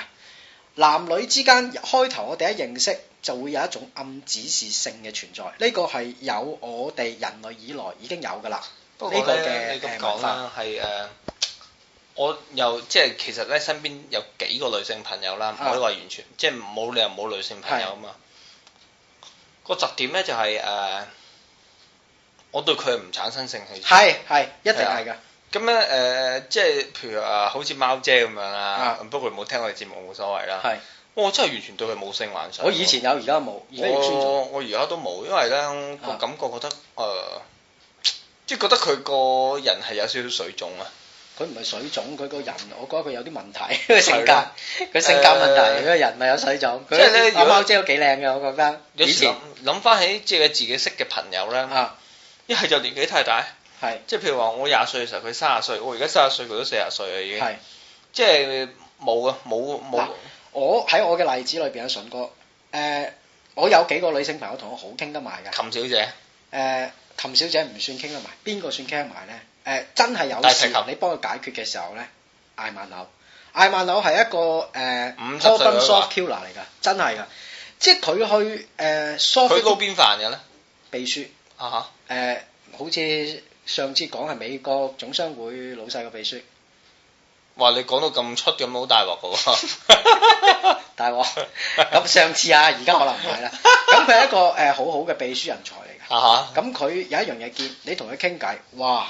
男女之間開頭我哋一認識就會有一種暗指是性嘅存在，呢、個係有我哋人類以來已經有㗎啦。
不
呢個
過咧，
嘅
你
誒
咁講
文
啦，係誒，我又即係其實咧，身邊有幾個女性朋友啦，唔
啊
可以話完全，即係冇理由冇女性朋友啊嘛。個特點咧就係誒，我對佢唔產生性興趣。
係係一定係㗎，
咁咧誒，即係譬如誒，好似貓姐咁樣啦
啊，
不過佢冇聽我哋節目冇所謂啦。
係。
我真係完全對佢冇性幻想。
我以前有，而家冇，而家要尊重。
我我而家都冇，因為咧個
啊
感覺覺得誒、呃即係覺得佢個人係有少少水腫啊。
佢唔係水腫，佢個人，我覺得佢有啲問題， 佢性
係
格
咯，
佢性格問
誒
題，佢個人咪有水腫。
即係咧
佢
如果
阿貓姐都幾靚嘅，我覺得。
有
以
時諗
前
諗翻起即係自己識嘅朋友咧，
啊，
一係就年紀太大，
係
即係譬如話我廿歲嘅時候佢三十歲，我而家三十歲佢都四十歲啦已經，
係，
即係冇啊冇冇
嗱我喺我嘅例子裏邊啊，順哥，誒，我有幾個女性朋友同我好傾得埋嘅，
琴小姐，
誒，琴小姐唔算傾得埋，邊個算傾得埋咧？誒，真係有
大提
事
琴
你幫佢解決嘅時候咧，嗌萬柳，嗌萬柳係一個誒
五十歲
problem
嗰個啊
solve killer 嚟㗎，真係㗎，即係佢去誒 solve
佢
一
撈
啲
邊飯嘅咧？
秘書。
啊哈，
誒、好似上次講係美國總商會老細個秘書，
哇！你講到咁出咁好大鑊嘅喎，
大鑊。咁上次啊，而家可能唔係啦。咁佢係一個誒、好好嘅秘書人才嚟
啊 哈，
嘅。咁佢有一樣嘢見，你同佢傾偈，哇！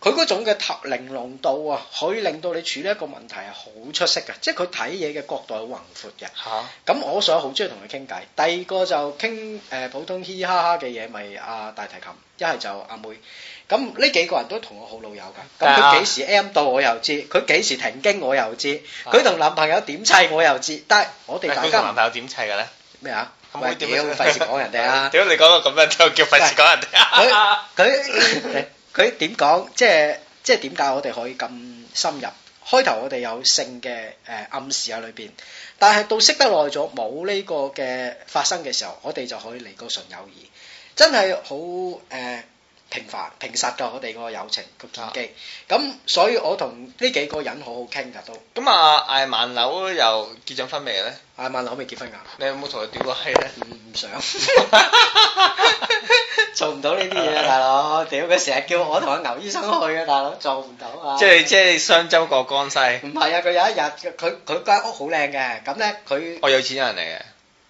佢嗰種嘅頭玲瓏度啊，可以令到你處理一個問題係好出色嘅，即係佢睇嘢嘅角度係宏闊嘅。
嚇
咁我所以好中意同佢傾偈。第二個就傾誒、呃普通嘻嘻哈哈嘅嘢，咪阿大提琴，一係就阿妹。咁呢幾個人都同我好老友㗎。咁
係啊
佢幾時 M 到我又知，佢幾時停經我又知，佢同男朋友點砌我又知。但係我哋大
啊佢同
家
男
唔
朋友點砌嘅咧？
咩啊？
可唔可
喂，
以
屌，
點樣
費事講人哋啊！
屌你講到咁樣就叫費事講人哋
佢
啊！
佢佢點講？即係即係點解我哋可以咁深入？開頭我哋有性嘅誒、呃暗示喺裏邊，但係到識得耐咗冇呢個嘅發生嘅時候，我哋就可以嚟個純友誼，真係好誒。呃平凡平實㗎，我哋個友情個建基，咁、所以我同呢幾個人好好傾㗎都，
咁啊，艾曼柳又結咗婚未咧？
阿萬可未結婚㗎？
你有冇同佢屌過閪咧？
唔想， 做唔到呢啲嘢啊，大佬！屌佢成日叫我同阿牛醫生去啊，大佬做唔到啊！
即係即係雙州過江西，
唔係啊？佢有一日，佢佢間屋好靚嘅，咁咧佢呃
我有錢人嚟嘅。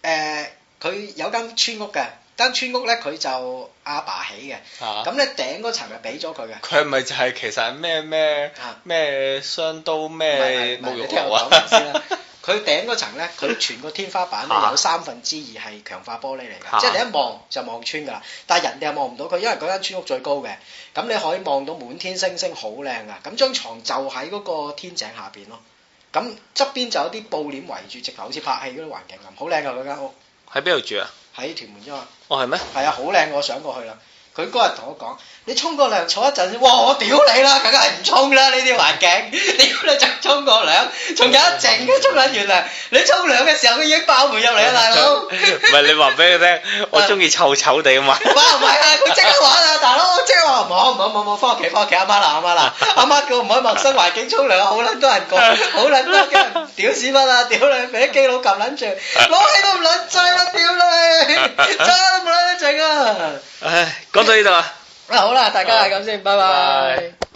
誒佢有間村屋嘅，間村屋咧，佢就阿爸起嘅，
嚇
咁咧頂嗰層係俾咗佢嘅。
佢係咪就係其實係咩咩
啊
咩雙刀
唔係
咩
唔係
沐
唔係
浴
你聽
露
我
啊
講？ 明先啦。佢頂嗰層咧，佢全個天花板咧
啊
有三分之二係強化玻璃嚟
啊
嘅，即係你一望就望穿㗎啦。但係人哋係望唔到佢，因為嗰間村屋最高嘅，咁你可以望到滿天星星，好靚㗎。咁張床就喺嗰個天井下邊咯。咁側邊就有啲布簾圍住，直頭好似拍戲嗰啲環境咁，好靚啊㗎嗰間屋
喺邊度住啊？
喺屯門啫嘛。
哦，係咩？
係啊，好靚，我上過去啦。佢嗰日同我講：你沖個涼坐一陣先。哇！我屌你啦，梗係唔沖啦呢啲環境。屌你仲沖個涼，仲有一靜嘅沖撚完涼。你沖涼嘅時候，佢已經爆門入嚟啦，大佬。
唔係你話俾佢聽，我中意臭臭地啊嘛。
哇唔係啊！佢即刻玩啊，大佬！我即刻話唔好唔好唔好唔好，翻屋企翻屋企，阿媽啦阿媽啦，阿媽叫我唔喺陌生環境沖涼，好撚多人過，好撚多嘅，屌屎忽啊！屌你，俾啲基佬撳撚住，攞起都唔撚制啦！屌你，揸都冇撚得整啊！
唉，講到呢度啊。
啊好啦，大家係咁先，拜拜。
拜拜